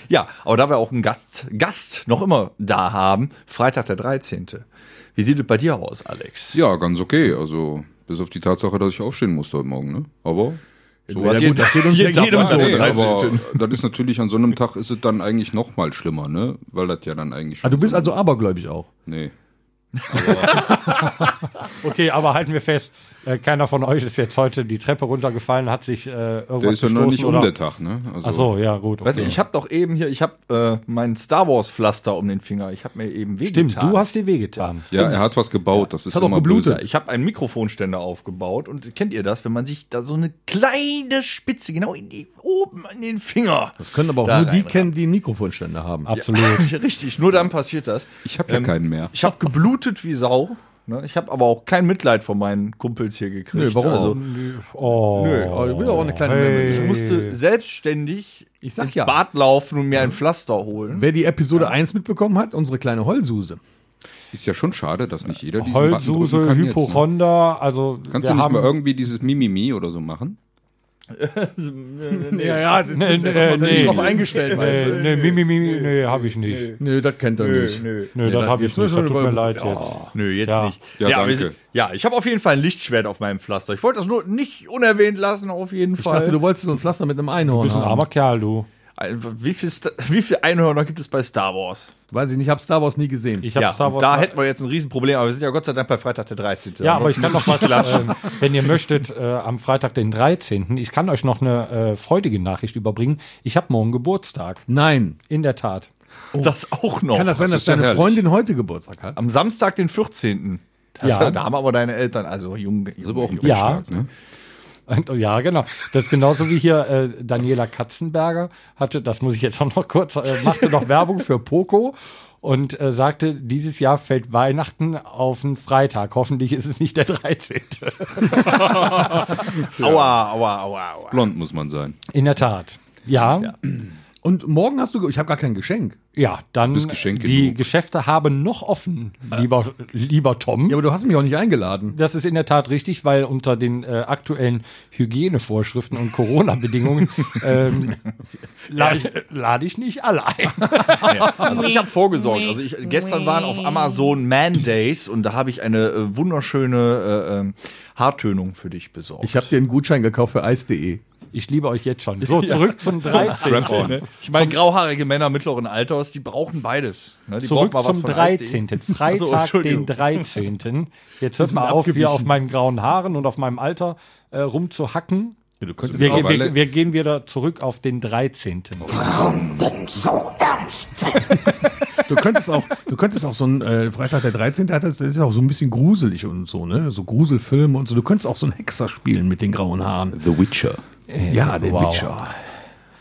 Speaker 5: Ja, aber da wir auch einen Gast, Gast noch immer da haben, Freitag der 13. Wie sieht es bei dir aus, Alex?
Speaker 6: Ja, ganz okay. Also, bis auf die Tatsache, dass ich aufstehen musste heute Morgen, ne? Aber. So
Speaker 5: hast jeden-
Speaker 4: das geht uns
Speaker 5: jeden-
Speaker 4: ja
Speaker 5: jedem
Speaker 4: davon.
Speaker 5: so.
Speaker 6: nee, aber
Speaker 5: 13..
Speaker 6: das ist natürlich an so einem Tag ist es dann eigentlich noch mal schlimmer, ne? Weil das ja dann eigentlich
Speaker 4: Ah,
Speaker 6: schon
Speaker 4: du bist also abergläubig auch.
Speaker 6: nee.
Speaker 3: Okay, aber halten wir fest, äh, keiner von euch ist jetzt heute die Treppe runtergefallen, hat sich äh, irgendwas
Speaker 6: Der ist ja
Speaker 3: gestoßen
Speaker 6: noch nicht
Speaker 3: oder?
Speaker 6: um der Tag, ne? Also
Speaker 3: Ach so, ja, gut.
Speaker 5: Weißt du,
Speaker 3: okay.
Speaker 5: ich habe doch eben hier, ich habe äh, mein Star Wars Pflaster um den Finger. Ich habe mir eben wehgetan.
Speaker 3: Stimmt, du hast dir wehgetan.
Speaker 6: ja, er hat was gebaut, das ist
Speaker 4: hat auch
Speaker 6: immer
Speaker 4: geblutet.
Speaker 6: böse.
Speaker 5: Ich habe einen Mikrofonständer aufgebaut und kennt ihr das, wenn man sich da so eine kleine Spitze genau in die, oben an den Finger.
Speaker 4: Das können aber auch
Speaker 5: Da
Speaker 4: nur die
Speaker 5: rein,
Speaker 4: kennen, die einen Mikrofonständer haben.
Speaker 3: Absolut.
Speaker 5: Richtig, nur dann passiert das.
Speaker 6: Ich habe ja keinen mehr.
Speaker 5: Ich habe geblutet wie Sau. Ne? Ich habe aber auch kein Mitleid von meinen Kumpels hier gekriegt.
Speaker 4: Nö, warum?
Speaker 5: Also,
Speaker 3: Oh.
Speaker 4: Nö, aber ich will auch eine kleine
Speaker 5: ich
Speaker 4: hey.
Speaker 5: musste selbstständig
Speaker 4: Ich sag
Speaker 5: ins
Speaker 4: ja. Mhm.
Speaker 5: Bad laufen und mir ein Pflaster holen.
Speaker 4: Wer die Episode 1 mitbekommen hat, unsere kleine Heulsuse.
Speaker 6: Ist ja schon schade, dass nicht jeder diesen Button drücken
Speaker 3: Heulsuse,
Speaker 6: kann jetzt, ne?
Speaker 3: Hypochonder, also
Speaker 6: Kannst
Speaker 3: wir
Speaker 6: du nicht
Speaker 3: haben,
Speaker 6: mal irgendwie dieses Mimimi oder so machen?
Speaker 4: Ja, ja, das
Speaker 3: Nee,
Speaker 4: ist
Speaker 3: nee,
Speaker 4: einfach mal
Speaker 3: nee.
Speaker 4: nicht drauf eingestellt, weißt
Speaker 3: Nee,
Speaker 4: du?
Speaker 3: nee, nee, nee, nee, nee habe ich nicht. Nö,
Speaker 4: Nö, das kennt er nicht.
Speaker 3: das habe
Speaker 4: das
Speaker 3: ich nicht.
Speaker 4: ist
Speaker 3: Das tut mir
Speaker 4: schon
Speaker 3: leid
Speaker 4: über-
Speaker 3: jetzt.
Speaker 5: Nö, jetzt
Speaker 3: Ja.
Speaker 5: nicht.
Speaker 6: Ja,
Speaker 5: aber wir
Speaker 6: danke.
Speaker 5: sind- ja ich habe auf jeden Fall ein Lichtschwert auf meinem Pflaster. Ich wollte das nur nicht unerwähnt lassen, auf jeden
Speaker 4: Ich
Speaker 5: Fall.
Speaker 4: dachte, du wolltest so ein Pflaster mit einem Einhorn
Speaker 3: Bist ein
Speaker 4: haben.
Speaker 3: armer Kerl, du.
Speaker 5: wie viel, Sta- wie viel Einhörner gibt es bei Star Wars?
Speaker 4: Weiß ich nicht, hab Star Wars nie gesehen.
Speaker 3: Ich habe
Speaker 5: ja,
Speaker 3: Star
Speaker 5: und
Speaker 3: Wars.
Speaker 5: da hätten wir jetzt ein Riesenproblem, aber wir sind ja Gott sei Dank bei Freitag der 13.
Speaker 3: ja, aber ich kann
Speaker 5: Ansonsten
Speaker 3: noch was, ähm, wenn ihr möchtet, äh, am Freitag, den 13. Ich kann euch noch eine äh, freudige Nachricht überbringen. Ich habe morgen Geburtstag.
Speaker 4: Nein.
Speaker 3: In der Tat.
Speaker 5: das auch noch.
Speaker 4: Kann das sein, dass
Speaker 6: ist ja
Speaker 4: deine
Speaker 6: herrlich.
Speaker 4: Freundin heute Geburtstag hat?
Speaker 5: Am Samstag, den 14. Das
Speaker 3: Ja.
Speaker 5: da haben aber deine Eltern, also Junge.
Speaker 6: Das ist aber auch ein
Speaker 3: Ja.
Speaker 6: Blickschlag, ne?
Speaker 3: Und, ja, genau. Das ist genauso wie hier äh, Daniela Katzenberger hatte, das muss ich jetzt auch noch kurz, äh, machte noch Werbung für Poco und äh, sagte, dieses Jahr fällt Weihnachten auf einen Freitag. Hoffentlich ist es nicht der 13.
Speaker 6: ne?
Speaker 5: Aua, aua, aua, aua.
Speaker 6: Blond muss man sein.
Speaker 3: In der Tat. Ja, ja,
Speaker 4: Und morgen hast du, ge- ich habe gar kein Geschenk.
Speaker 3: dann
Speaker 6: bist Geschenk
Speaker 3: die
Speaker 6: genug.
Speaker 3: Geschäfte haben noch offen, lieber, lieber Tom.
Speaker 4: Ja, aber du hast mich auch nicht eingeladen.
Speaker 3: Das ist in der Tat richtig, weil unter den äh, aktuellen Hygienevorschriften und Corona-Bedingungen ähm, lade lad ich nicht alle ein.
Speaker 5: Also ich habe vorgesorgt. Also ich, gestern waren auf Amazon Man Days und da habe ich eine äh, wunderschöne äh, ähm, Haartönung für dich besorgt.
Speaker 4: Ich habe dir einen Gutschein gekauft für eis.de.
Speaker 3: Ich liebe euch jetzt schon. So, zurück zum 13.
Speaker 5: Ich meine, grauhaarige Männer mittleren Alters, die brauchen beides. Ne? Die
Speaker 3: Zurück
Speaker 5: brauchen mal was
Speaker 3: zum
Speaker 5: von Eis.de.
Speaker 3: 13.
Speaker 5: Also,
Speaker 3: Freitag, den
Speaker 5: Entschuldigung.
Speaker 3: 13. Jetzt hört mal auf, hier
Speaker 4: abgewichen.
Speaker 3: auf meinen grauen Haaren und auf meinem Alter äh, rumzuhacken.
Speaker 6: Du könntest
Speaker 3: Wir,
Speaker 6: auch
Speaker 3: wir, wir,
Speaker 6: alle,
Speaker 3: wir gehen wieder zurück auf den 13.
Speaker 5: Oh,
Speaker 4: Du könntest auch, du könntest auch so ein äh, Freitag der 13. hat das, das ist auch so ein bisschen gruselig und so, ne? So Gruselfilme und so. Du könntest auch so einen Hexer spielen mit den grauen Haaren.
Speaker 6: The Witcher.
Speaker 4: ja, den
Speaker 3: wow.
Speaker 4: Witcher.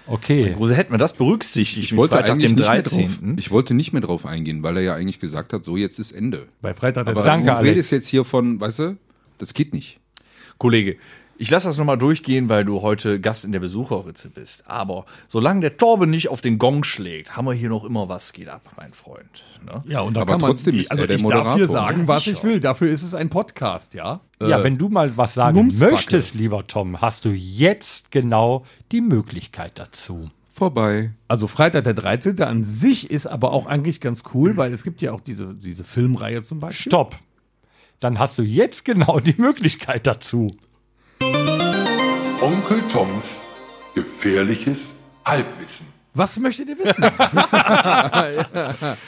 Speaker 3: Okay.
Speaker 5: Wo hätten wir das berücksichtigt?
Speaker 6: Ich wollte eigentlich nicht mehr drauf, ich wollte nicht mehr drauf eingehen, weil er ja eigentlich gesagt hat, so jetzt ist Ende.
Speaker 4: Bei Freitag der
Speaker 6: Aber
Speaker 3: Danke,
Speaker 6: du
Speaker 3: Alex.
Speaker 6: redest jetzt hier von, weißt du, das geht nicht.
Speaker 5: Kollege, ich lasse das nochmal durchgehen, weil du heute Gast in der Besucherritze bist. Aber solange der Torben nicht auf den Gong schlägt, haben wir hier noch immer was geht ab, mein Freund. Ne?
Speaker 4: Ja, und da
Speaker 6: Aber
Speaker 4: kann man,
Speaker 6: trotzdem ist
Speaker 4: also
Speaker 6: er der
Speaker 4: ich darf hier
Speaker 6: Moderator.
Speaker 4: sagen,
Speaker 6: Ja,
Speaker 4: was
Speaker 5: sicher.
Speaker 4: ich will. Dafür ist es ein Podcast, ja?
Speaker 3: Ja, wenn du mal was sagen
Speaker 4: Mumpsbacke.
Speaker 3: möchtest, lieber Tom, hast du jetzt genau die Möglichkeit dazu.
Speaker 6: Vorbei.
Speaker 4: Also Freitag der 13. an sich ist aber auch eigentlich ganz cool, weil es gibt ja auch diese, diese Filmreihe zum Beispiel.
Speaker 3: Stopp. Dann hast du jetzt genau die Möglichkeit dazu.
Speaker 1: Onkel Toms gefährliches Halbwissen.
Speaker 4: Was möchtet ihr wissen?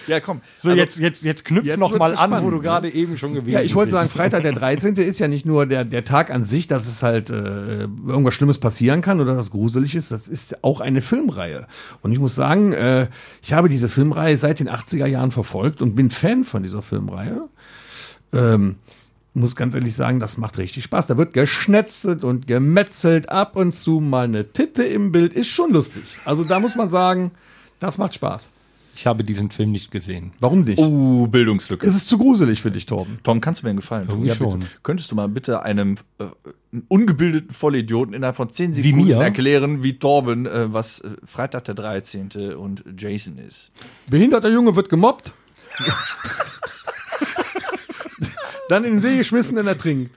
Speaker 5: Ja, komm. Also,
Speaker 3: So, jetzt, jetzt, jetzt knüpf
Speaker 4: Also jetzt
Speaker 3: noch mal
Speaker 4: wird's
Speaker 3: an, wo
Speaker 4: spannend,
Speaker 3: du
Speaker 4: ne?
Speaker 3: gerade eben schon gewesen
Speaker 4: ja, ich wollte sagen,
Speaker 3: bist.
Speaker 4: Freitag der 13. ist ja nicht nur der, der Tag an sich, dass es halt äh, irgendwas Schlimmes passieren kann oder das gruselig ist, das ist auch eine Filmreihe. Und ich muss sagen, äh, ich habe diese Filmreihe seit den 80er Jahren verfolgt und bin Fan von dieser Filmreihe. Ähm, muss ganz ehrlich sagen, das macht richtig Spaß. Da wird geschnetzelt und gemetzelt, ab und zu mal eine Titte im Bild, ist schon lustig. Also da muss man sagen, das macht Spaß.
Speaker 3: Ich habe diesen Film nicht gesehen.
Speaker 4: Warum nicht?
Speaker 5: Uh, Bildungslücke.
Speaker 4: Ist es zu gruselig für dich, Torben?
Speaker 5: Tom, kannst du mir einen Gefallen tun?
Speaker 3: Irgendwie schon.
Speaker 5: bitte. Könntest du mal bitte einem äh, ungebildeten Vollidioten innerhalb von 10 Sekunden
Speaker 3: mir?
Speaker 5: erklären, wie Torben, äh, was äh, Freitag der 13. und Jason ist?
Speaker 4: Behinderter Junge wird gemobbt. Dann in den See geschmissen und ertrinkt.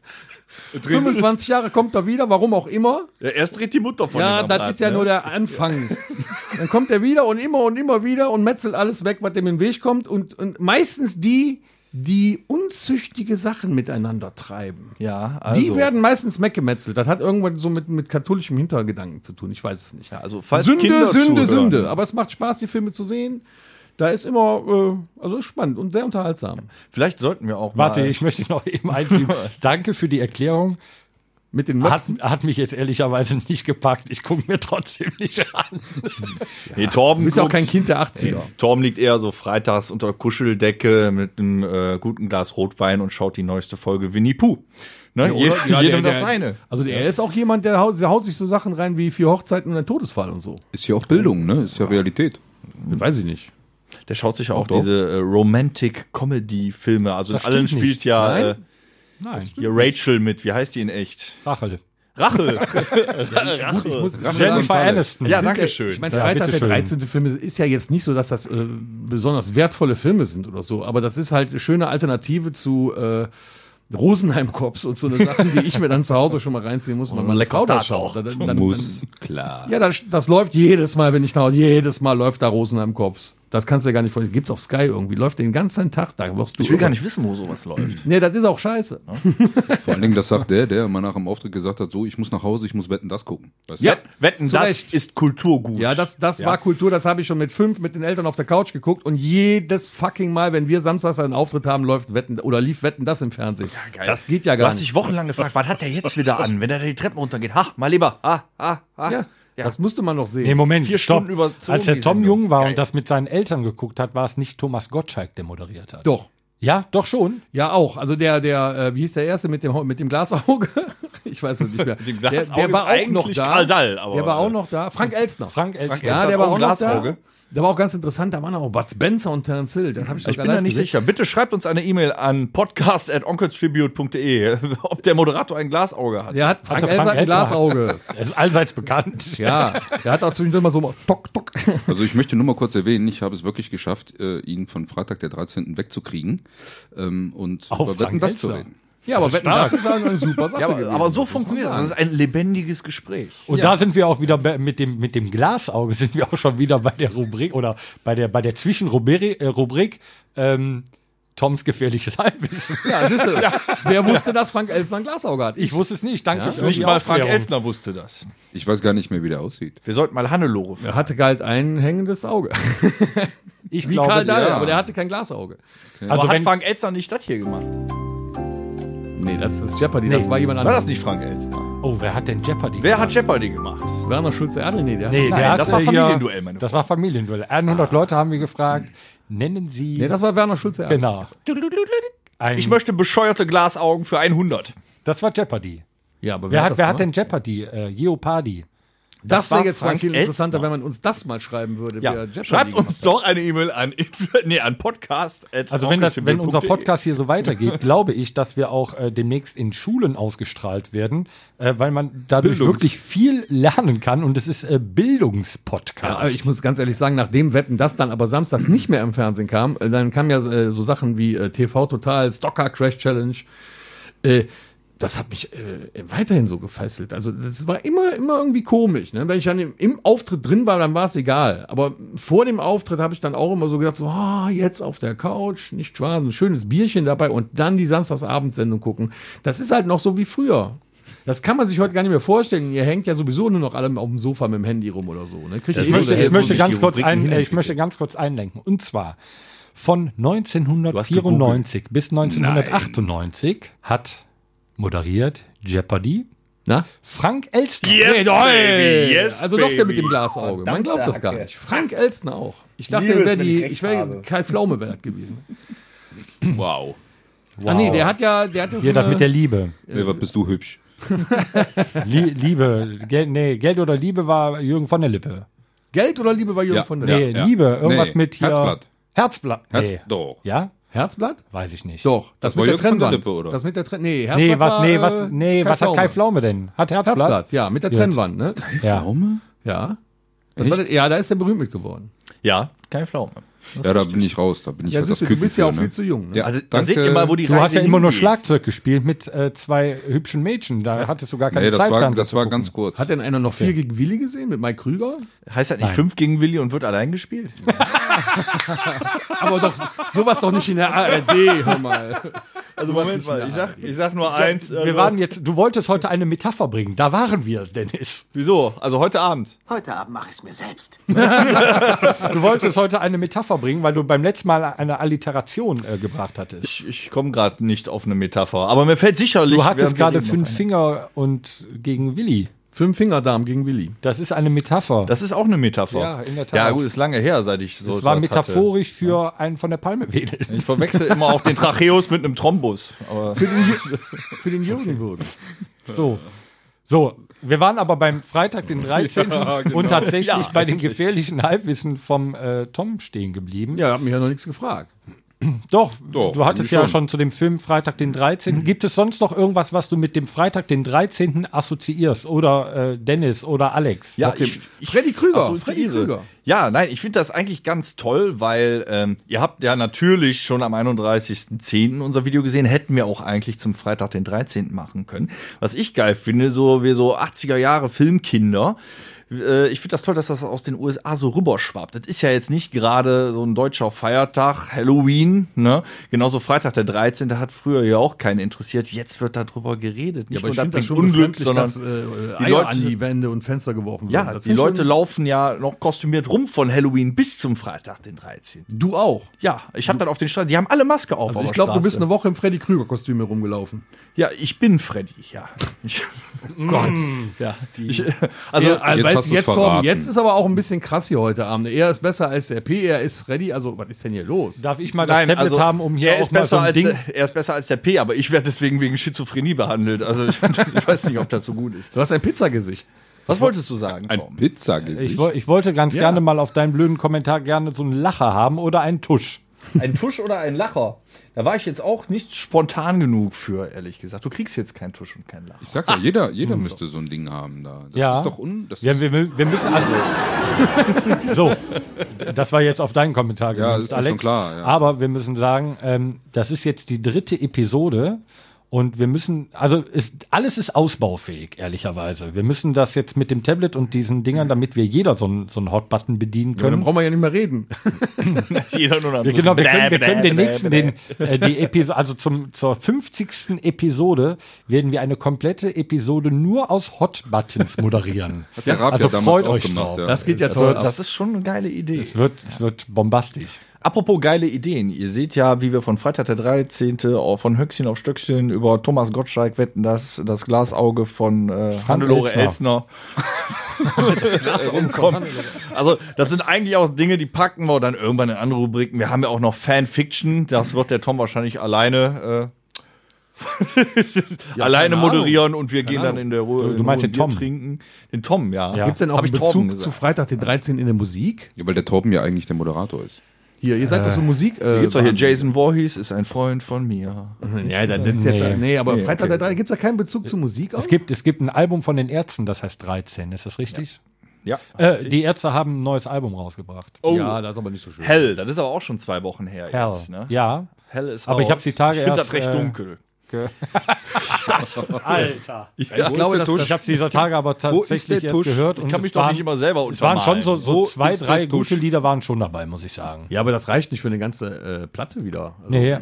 Speaker 4: 25 Jahre kommt er wieder, warum auch immer.
Speaker 5: Ja, erst dreht die Mutter von
Speaker 4: ja,
Speaker 5: ihm am
Speaker 4: das
Speaker 5: Rad,
Speaker 4: ist ja
Speaker 5: ne?
Speaker 4: nur der Anfang. Dann kommt er wieder und immer und immer wieder und metzelt alles weg, was dem in den Weg kommt. Und, und meistens die, die unzüchtige Sachen miteinander treiben.
Speaker 5: Ja, also.
Speaker 4: Die werden meistens weggemetzelt. Das hat irgendwann so mit, mit katholischem Hintergedanken zu tun. Ich weiß es nicht.
Speaker 5: Ja, also, falls
Speaker 4: Sünde,
Speaker 5: Kinder
Speaker 4: Sünde,
Speaker 5: zuhören.
Speaker 4: Sünde. Aber es macht Spaß, die Filme zu sehen. Da ist immer, äh, also ist spannend und sehr unterhaltsam.
Speaker 5: Vielleicht sollten wir auch
Speaker 3: Warte,
Speaker 5: mal.
Speaker 3: ich möchte noch eben einschieben. Danke für die Erklärung.
Speaker 4: Mit den
Speaker 3: Hat,
Speaker 4: Möpsen.
Speaker 3: hat mich jetzt ehrlicherweise nicht gepackt. Ich gucke mir trotzdem nicht an.
Speaker 5: Nee, Torben
Speaker 4: Du bist ja auch
Speaker 5: guckt-
Speaker 4: kein Kind der 80er.
Speaker 5: Torben liegt eher so freitags unter der Kuscheldecke mit einem äh, guten Glas Rotwein und schaut die neueste Folge Winnie Pooh. Ne? jeder jedem das seine.
Speaker 4: Also der ist auch jemand, der haut, der haut sich so Sachen rein wie vier Hochzeiten und ein Todesfall und so.
Speaker 5: Äh.
Speaker 6: Ist ja auch Bildung, ne? Ist ja Realität.
Speaker 4: Weiß ich nicht.
Speaker 5: Der schaut sich auch diese äh, Romantic-Comedy-Filme. Also in
Speaker 3: Das
Speaker 5: allen
Speaker 3: stimmt
Speaker 5: spielt
Speaker 3: nicht.
Speaker 5: ja äh,
Speaker 3: Nein,
Speaker 5: hier Rachel mit. Wie heißt die in echt?
Speaker 3: Rachel.
Speaker 5: Rachel.
Speaker 4: Ich muss
Speaker 3: Jennifer Aniston.
Speaker 5: ja,
Speaker 4: Sind
Speaker 5: danke
Speaker 4: ja-
Speaker 5: schön.
Speaker 4: Ich meine,
Speaker 3: Ja,
Speaker 4: Freitag der
Speaker 3: bitteschön.
Speaker 4: 13. Film ist- ist ja jetzt nicht so, dass das äh, besonders wertvolle Filme sind oder so, aber das ist halt eine schöne Alternative zu äh, Rosenheim-Cops und so eine Sachen, die ich mir dann zu Hause schon mal reinziehen muss, wenn meine
Speaker 5: lecker
Speaker 4: Frau da
Speaker 5: Tat
Speaker 4: schaut.
Speaker 5: auch.
Speaker 4: Dann, dann, dann,
Speaker 6: Klar.
Speaker 4: ja, das, das läuft jedes Mal, wenn ich nach Hause, jedes Mal läuft da Rosenheim-Cops. Das kannst du ja gar nicht vorstellen. Gibt's auf Sky irgendwie, läuft den ganzen Tag, da wirst du...
Speaker 5: Ich will gar nicht wissen, wo sowas läuft.
Speaker 4: Nee, das ist auch scheiße.
Speaker 6: Vor allen Dingen, das sagt der, der immer nach dem Auftritt gesagt hat, so, ich muss nach Hause, ich muss wetten, das gucken. Weißt du?
Speaker 4: Ja.
Speaker 5: Wetten,
Speaker 4: Zu
Speaker 5: das
Speaker 4: Recht.
Speaker 5: ist Kulturgut.
Speaker 4: Ja, das, das war Kultur, das habe ich schon mit fünf mit den Eltern auf der Couch geguckt und jedes fucking Mal, wenn wir samstags einen Auftritt haben, läuft Wetten oder lief Wetten das im Fernsehen. Das geht ja
Speaker 5: Du
Speaker 4: gar
Speaker 5: hast
Speaker 4: nicht.
Speaker 5: dich wochenlang gefragt, was hat der jetzt wieder an, wenn er die Treppen runtergeht? Ha, mal lieber. Ha, ha, ha.
Speaker 4: ja,
Speaker 5: Ja.
Speaker 4: Das musste man noch sehen.
Speaker 3: Nee, Moment,
Speaker 5: Vier
Speaker 3: stopp.
Speaker 5: Stunden überzogen,
Speaker 3: Als der
Speaker 5: die
Speaker 3: Tom
Speaker 5: Sendung.
Speaker 3: jung war
Speaker 5: Geil.
Speaker 3: und das mit seinen Eltern geguckt hat, war es nicht Thomas Gottschalk, der moderiert hat.
Speaker 4: Doch.
Speaker 3: Ja, doch schon.
Speaker 4: Ja, auch. Also der, der, äh, wie hieß der erste mit dem, Ho- mit dem Glasauge? Ich weiß es nicht mehr.
Speaker 5: Dem
Speaker 4: der,
Speaker 5: Glasauge
Speaker 4: der war
Speaker 5: ist
Speaker 4: auch noch
Speaker 5: eigentlich
Speaker 4: da.
Speaker 5: Karl Dall, aber- äh,
Speaker 4: der war auch noch da. Frank Elstner.
Speaker 3: Frank Elstner.
Speaker 4: ja, der
Speaker 5: Elstner
Speaker 4: war
Speaker 5: auch
Speaker 4: auch
Speaker 5: ein
Speaker 4: noch da.
Speaker 5: Glasauge.
Speaker 4: Der war auch ganz interessant. Da waren auch Bud Spencer und Terence Hill. Den hab ich
Speaker 5: Ich
Speaker 4: sogar
Speaker 5: bin da
Speaker 4: live
Speaker 5: nicht
Speaker 4: gesehen.
Speaker 5: sicher. Bitte schreibt uns eine E-Mail an podcast.onkelstribute.de, ob der Moderator ein Glasauge hat.
Speaker 4: Der hat Frank,
Speaker 3: Frank
Speaker 4: Elstner hat ein
Speaker 3: Elstner hat-
Speaker 4: Glasauge.
Speaker 3: Er ist Also allseits bekannt.
Speaker 4: ja, der hat auch zwischendurch mal so tok, tok.
Speaker 6: Also ich möchte nur mal kurz erwähnen, ich habe es wirklich geschafft, äh, ihn von Freitag der 13. wegzukriegen ähm, und
Speaker 3: Auf Frank
Speaker 6: das zu
Speaker 3: Elstner.
Speaker 6: reden.
Speaker 4: Ja, aber Wetten, das ist halt eine super Sache.
Speaker 5: Ja, aber,
Speaker 4: gewesen.
Speaker 5: aber so funktioniert das. Das ist ein lebendiges Gespräch.
Speaker 3: Und da sind wir auch wieder bei, mit dem, mit dem Glasauge sind wir auch schon wieder bei der Rubrik oder bei der, bei der Zwischenrubrik, äh, Rubrik, ähm, Toms gefährliches Halbwissen.
Speaker 4: Ja, siehst du. Wer wusste, dass Frank Elstner ein Glasauge hat?
Speaker 3: Ich wusste es nicht, danke. für
Speaker 5: Nicht
Speaker 3: die
Speaker 5: mal Frank
Speaker 3: Aufklärung.
Speaker 5: Elstner wusste das.
Speaker 6: Ich weiß gar nicht mehr, wie der aussieht.
Speaker 5: Wir sollten mal Hannelore fragen.
Speaker 4: Er hatte halt ein hängendes Auge.
Speaker 3: Ich
Speaker 4: Wie
Speaker 3: glaube,
Speaker 4: Karl Dahl,
Speaker 6: ja.
Speaker 4: aber der hatte kein Glasauge.
Speaker 3: Also
Speaker 5: hat
Speaker 3: wenn,
Speaker 5: Frank Elstner nicht das hier gemacht?
Speaker 4: Nee, das ist Jeopardy,
Speaker 3: Nee.
Speaker 4: das war jemand
Speaker 5: War
Speaker 4: anderes.
Speaker 5: das nicht Frank Elstner?
Speaker 3: oh, wer hat denn Jeopardy?
Speaker 5: Wer hat Jeopardy gemacht?
Speaker 4: Werner Schulze-Erdl? Nee, der
Speaker 3: Nee, der
Speaker 4: hat,
Speaker 5: Nein,
Speaker 3: hat,
Speaker 5: das war
Speaker 3: äh,
Speaker 5: Familienduell,
Speaker 3: hier,
Speaker 5: meine Ah.
Speaker 3: Das war Familienduell. 100 Leute haben wir gefragt, nennen Sie.
Speaker 4: nee, das war Werner Schulze-Erdl.
Speaker 3: genau. Ein,
Speaker 5: Ich möchte bescheuerte Glasaugen für 100.
Speaker 3: das war Jeopardy.
Speaker 4: Ja, aber
Speaker 3: Wer hat,
Speaker 4: das
Speaker 3: wer hat denn
Speaker 4: gemacht?
Speaker 3: Jeopardy? Äh, Jeopardy.
Speaker 4: Das,
Speaker 3: war
Speaker 4: wäre jetzt mal
Speaker 3: Frank
Speaker 4: viel interessanter,
Speaker 3: Elstner.
Speaker 4: wenn man uns das mal schreiben würde.
Speaker 3: Ja.
Speaker 4: wer Jeopardy
Speaker 5: Schreibt uns
Speaker 4: gemacht
Speaker 5: doch eine E-Mail an, nee, an podcast.
Speaker 3: Also wenn, das, wenn unser Podcast hier so weitergeht, glaube ich, dass wir auch äh, demnächst in Schulen ausgestrahlt werden, äh, weil man dadurch
Speaker 5: Bildungs-
Speaker 3: wirklich viel lernen kann und es ist äh,
Speaker 4: hat. Aber
Speaker 3: Bildungspodcast.
Speaker 4: ich muss ganz ehrlich sagen, nachdem Wetten das dann aber samstags nicht mehr im Fernsehen kam, äh, dann kamen ja äh, so Sachen wie äh, TV Total, Stocker Crash Challenge. Äh, das hat mich äh, weiterhin so gefesselt. Also das war immer, immer irgendwie komisch. Ne? Wenn ich dann im, im Auftritt drin war, dann war es egal. Aber vor dem Auftritt habe ich dann auch immer so gedacht, so, ah, jetzt auf der Couch, nicht schwarz, ein schönes Bierchen dabei und dann die Samstagsabendsendung gucken. Das ist halt noch so wie früher. Das kann man sich heute gar nicht mehr vorstellen. Ihr hängt ja sowieso nur noch alle auf dem Sofa mit dem Handy rum oder so. Ne? Kriegt ihr eh
Speaker 3: Ich
Speaker 4: nur
Speaker 3: möchte,
Speaker 4: der-
Speaker 3: ich, möchte
Speaker 5: sich
Speaker 3: ganz
Speaker 5: die
Speaker 3: kurz
Speaker 5: Rubriken
Speaker 3: ein, äh, ich
Speaker 5: hinentwickeln.
Speaker 3: möchte ganz kurz einlenken. Und zwar von 1994 bis 1998 hat moderiert Jeopardy
Speaker 4: Na?
Speaker 3: Frank Elstner.
Speaker 5: Yes, baby, yes,
Speaker 4: also doch der mit dem
Speaker 5: baby.
Speaker 4: Glasauge. Man glaubt das gar
Speaker 8: Hacke.
Speaker 4: nicht. Frank Elstner auch. Ich dachte,
Speaker 8: Liebe es,
Speaker 4: wär
Speaker 8: wenn
Speaker 4: die,
Speaker 8: ich recht
Speaker 4: ich wäre
Speaker 8: habe.
Speaker 4: Kai Pflaume wäre das gewesen.
Speaker 5: Wow.
Speaker 4: Ah nee, der hat ja, der hat ja
Speaker 3: Hier, das mit der Liebe.
Speaker 4: Äh,
Speaker 6: Wer war, bist du hübsch?
Speaker 3: Lie Liebe. Geld, nee, Geld oder Liebe war Jürgen von der Lippe.
Speaker 4: Geld oder Liebe war Jürgen
Speaker 6: Ja,
Speaker 4: von der
Speaker 3: Nee,
Speaker 4: Lippe?
Speaker 6: ja.
Speaker 3: Liebe. Irgendwas
Speaker 6: Nee,
Speaker 3: mit hier.
Speaker 6: Herzblatt.
Speaker 3: Herzblatt.
Speaker 6: Herz,
Speaker 3: Nee.
Speaker 6: Doch.
Speaker 3: Ja?
Speaker 4: Herzblatt?
Speaker 3: Weiß ich nicht.
Speaker 4: Doch, das,
Speaker 6: war
Speaker 4: mit der
Speaker 6: Jürgen von der
Speaker 4: Trennwand.
Speaker 6: Lippe, oder?
Speaker 4: Das mit der Trennwand. Nee, Herzblatt
Speaker 3: Nee, was,
Speaker 4: war,
Speaker 3: nee,
Speaker 4: äh,
Speaker 3: was, nee,
Speaker 4: Kai
Speaker 3: was hat Kai
Speaker 4: Pflaume.
Speaker 3: Pflaume denn? Hat Herzblatt?
Speaker 4: Herzblatt, ja, mit der
Speaker 3: Ja.
Speaker 4: Trennwand, ne?
Speaker 3: Ja.
Speaker 6: Pflaume?
Speaker 4: Ja. Das war das- Ja, da ist er berühmt mit geworden.
Speaker 5: Ja, keine Pflaume.
Speaker 6: Ja, da bin ich raus. Da bin ich
Speaker 4: Ja,
Speaker 6: halt
Speaker 4: siehst
Speaker 6: das
Speaker 4: du, du bist ja auch
Speaker 6: Kükenführer,
Speaker 4: viel
Speaker 6: ne?
Speaker 4: zu jung. Ne?
Speaker 6: Ja,
Speaker 5: Also, da
Speaker 6: danke.
Speaker 5: seht ihr mal, wo die
Speaker 3: Du hast ja
Speaker 5: Reise
Speaker 3: immer nur
Speaker 5: hingeht.
Speaker 3: Schlagzeug gespielt mit äh, zwei hübschen Mädchen. Da hattest du gar keine
Speaker 6: Nee, das
Speaker 3: Zeit.
Speaker 6: war,
Speaker 3: Fernsehen
Speaker 6: das
Speaker 3: zu
Speaker 6: war
Speaker 3: gucken.
Speaker 6: ganz kurz.
Speaker 4: Hat denn einer noch vier gegen Willi gesehen mit Mike Krüger?
Speaker 5: Heißt das nicht
Speaker 3: Nein.
Speaker 5: 5 gegen Willi und wird allein gespielt?
Speaker 4: Aber doch, sowas doch nicht in der ARD, hör mal.
Speaker 5: Also Moment mal, ich sag, ich sag nur eins. Also,
Speaker 3: Wir waren jetzt, du wolltest heute eine Metapher bringen. Da waren wir, Dennis.
Speaker 5: wieso? Also heute Abend.
Speaker 9: Heute Abend mache ich es mir selbst.
Speaker 3: Du wolltest heute eine Metapher bringen, weil du beim letzten Mal eine Alliteration äh, gebracht hattest.
Speaker 5: Ich, ich komme gerade nicht auf eine Metapher, aber mir fällt sicherlich.
Speaker 3: Du hattest
Speaker 5: während wir
Speaker 3: gerade
Speaker 5: reden noch
Speaker 3: fünf
Speaker 5: eine.
Speaker 3: Finger und gegen Willi.
Speaker 4: Fünffingerdarm gegen Willi.
Speaker 3: Das ist eine Metapher.
Speaker 5: Das ist auch eine Metapher.
Speaker 3: Ja, in der Tat.
Speaker 5: Ja, gut, ist lange her, seit ich so.
Speaker 3: das war
Speaker 5: etwas Hatte.
Speaker 3: metaphorisch für einen von der Palme wedeln.
Speaker 5: Ich verwechsel immer auch den Tracheus mit einem Thrombus. Aber
Speaker 4: Für den Jürgen würden.
Speaker 3: So. So, wir waren aber beim Freitag, den 13. und tatsächlich
Speaker 5: Ja,
Speaker 3: bei dem
Speaker 5: eigentlich.
Speaker 3: gefährlichen Halbwissen vom äh, Tom stehen geblieben.
Speaker 4: Ja, hat mich ja noch nichts gefragt.
Speaker 3: Doch,
Speaker 6: Doch,
Speaker 3: du hattest
Speaker 6: eigentlich
Speaker 3: ja schon.
Speaker 6: schon.
Speaker 3: zu dem Film Freitag den
Speaker 5: Mhm.
Speaker 3: 13. Gibt es sonst noch irgendwas, was du mit dem Freitag den 13. assoziierst? Oder äh, Dennis oder Alex?
Speaker 5: Ja, ich, ich
Speaker 4: Freddy Krüger,
Speaker 5: assoziiere.
Speaker 4: Freddy Krüger.
Speaker 5: Ja, nein, ich finde das eigentlich ganz toll, weil ähm, ihr habt ja natürlich schon am 31.10. unser Video gesehen, hätten wir auch eigentlich zum Freitag den 13. machen können. Was ich geil finde, so wir so 80er Jahre Filmkinder. äh, Ich finde das toll, dass das aus den USA so rüberschwappt. Das ist ja jetzt nicht gerade so ein deutscher Feiertag, Halloween, ne? Genauso Freitag der 13. hat früher ja auch keinen interessiert. Jetzt wird darüber geredet. Nicht nur, bringt Unglück, sondern
Speaker 4: dass äh,
Speaker 5: die
Speaker 4: Eier
Speaker 5: Leute-
Speaker 4: an die Wände und Fenster geworfen werden.
Speaker 5: ja,
Speaker 4: Das
Speaker 5: äh, die
Speaker 4: find ich
Speaker 5: Leute
Speaker 4: schon-
Speaker 5: laufen ja noch kostümiert rum von Halloween bis zum Freitag, den 13.
Speaker 4: Du auch.
Speaker 5: Ja, ich habe dann auf den Straßen, die haben alle Maske auf.
Speaker 4: Also
Speaker 5: auf
Speaker 4: ich
Speaker 5: der
Speaker 4: glaube, du
Speaker 5: Straße.
Speaker 4: bist eine Woche im Freddy Krüger Kostüm herumgelaufen.
Speaker 5: Ja, ich bin Freddy, ja. Ich,
Speaker 4: Gott.
Speaker 5: ja ich, also,
Speaker 6: jetzt hast du's
Speaker 4: jetzt, Torben,
Speaker 6: verraten.
Speaker 4: jetzt ist aber auch ein bisschen krass hier heute Abend. Er ist besser als der P, er ist Freddy. Also, was ist denn hier los?
Speaker 3: Darf ich mal das Tablet
Speaker 5: also,
Speaker 3: haben, um hier
Speaker 5: er
Speaker 3: auch
Speaker 5: ist
Speaker 3: mal so
Speaker 5: besser
Speaker 3: ein
Speaker 5: als äh,
Speaker 3: Ding...
Speaker 5: Der, er ist besser als der P, aber ich werde deswegen wegen Schizophrenie behandelt. Also ich, ich weiß nicht, ob das so gut ist.
Speaker 4: Du hast ein Pizzagesicht.
Speaker 5: Was wolltest du sagen?
Speaker 6: Ein
Speaker 5: Torben?
Speaker 3: Ich,
Speaker 6: Pizzagesicht.
Speaker 3: woll- ich wollte ganz
Speaker 4: Ja.
Speaker 3: gerne mal auf deinen blöden Kommentar gerne so einen Lacher haben oder einen Tusch.
Speaker 5: Ein Tusch oder ein Lacher? Da war ich jetzt auch nicht spontan genug für, ehrlich gesagt. Du kriegst jetzt keinen Tusch und keinen Lacher.
Speaker 6: Ich sag ja, jeder, jeder müsste so ein Ding haben da. Das
Speaker 3: Hm. Ja.
Speaker 6: ist doch un. Das
Speaker 3: Ja,
Speaker 6: ist,
Speaker 3: wir, mü- wir müssen also. so, das war jetzt auf deinen Kommentar
Speaker 6: Ja,
Speaker 3: gemünzt,
Speaker 6: ist mir schon klar, ja.
Speaker 3: Aber wir müssen sagen, ähm, das ist jetzt die dritte Episode und wir müssen, also ist, alles ist ausbaufähig, ehrlicherweise. Wir müssen das jetzt mit dem Tablet und diesen
Speaker 6: Mhm.
Speaker 3: Dingern, damit wir jeder so einen, so einen Hotbutton bedienen
Speaker 4: Dann
Speaker 3: können.
Speaker 4: brauchen wir ja nicht mehr reden.
Speaker 5: Jeder nur noch
Speaker 3: Ja,
Speaker 5: so-
Speaker 3: genau, wir können, wir
Speaker 5: Bäh,
Speaker 3: können
Speaker 5: bäh,
Speaker 3: den
Speaker 5: bäh,
Speaker 3: nächsten,
Speaker 5: bäh.
Speaker 3: den, äh, die Episode, also zum, zur 50. Episode werden wir eine komplette Episode nur aus Hotbuttons moderieren.
Speaker 6: der Raab
Speaker 3: also
Speaker 6: ja damals
Speaker 3: freut
Speaker 6: auch
Speaker 3: euch
Speaker 6: gemacht,
Speaker 3: drauf.
Speaker 6: ja.
Speaker 4: Das geht ja
Speaker 5: Das,
Speaker 4: toll. ab.
Speaker 5: das ist schon eine geile Idee.
Speaker 3: Es wird, es wird bombastisch.
Speaker 5: Apropos geile Ideen. Ihr seht ja, wie wir von Freitag der 13. auf- von Höchstchen auf Stöckchen über Thomas Gottschalk wetten, das, das Glasauge von äh, Hannelore Elsner.
Speaker 3: Elstner.
Speaker 5: das rumkommen. Also, das sind eigentlich auch Dinge, die packen wir dann irgendwann in andere Rubriken. Wir haben ja auch noch Fanfiction. Das wird der Tom wahrscheinlich alleine äh, Alleine
Speaker 4: keine Ahnung.
Speaker 5: moderieren und wir gehen dann
Speaker 4: Ahnung.
Speaker 5: in der Ruhe. in
Speaker 3: du meinst
Speaker 5: Ruhe
Speaker 3: den
Speaker 5: Bier
Speaker 3: Tom.
Speaker 5: Trinken. Den Tom, ja.
Speaker 3: Ja.
Speaker 4: Gibt es denn auch
Speaker 5: Hab
Speaker 4: einen
Speaker 5: ich Torben
Speaker 4: Bezug
Speaker 5: gesagt.
Speaker 4: zu Freitag, den 13. in der Musik?
Speaker 6: Ja, weil der Torben ja eigentlich der Moderator ist.
Speaker 4: Hier, ihr seid doch so Musik. Äh,
Speaker 5: Gibt's doch hier
Speaker 4: Wahnsinn.
Speaker 5: Jason Voorhees ist ein Freund von mir.
Speaker 4: Ja, dann nee. jetzt. Nee, aber
Speaker 6: Nee,
Speaker 4: Freitag
Speaker 6: okay.
Speaker 4: der 13. Gibt es da keinen Bezug zu Musik?
Speaker 3: Es gibt, es gibt ein Album von den Ärzten, das heißt 13, ist das richtig?
Speaker 5: Ja.
Speaker 3: Äh, die Ärzte haben ein neues Album rausgebracht.
Speaker 5: Oh,
Speaker 4: Ja, das ist aber nicht so schön.
Speaker 5: Hell, das ist aber auch schon zwei Wochen her
Speaker 3: Hell.
Speaker 5: jetzt. Ne?
Speaker 3: Ja.
Speaker 5: Hell ist
Speaker 3: Aber ich
Speaker 5: raus.
Speaker 3: hab die Tage
Speaker 5: Ich finde
Speaker 3: erst,
Speaker 5: das recht
Speaker 3: äh,
Speaker 5: dunkel.
Speaker 3: Alter. Ich
Speaker 4: Ich glaube, dass das
Speaker 3: habe dieser Tage aber tatsächlich erst gehört.
Speaker 5: Ich kann mich
Speaker 3: es
Speaker 5: doch
Speaker 3: waren-
Speaker 5: nicht immer selber
Speaker 3: Es waren schon so, so
Speaker 5: Wo
Speaker 3: zwei,
Speaker 5: ist der
Speaker 3: drei
Speaker 5: Tusch?
Speaker 3: gute Lieder waren schon dabei, muss ich sagen.
Speaker 4: Ja, aber das reicht nicht für eine ganze äh, Platte wieder. Also,
Speaker 3: Nee,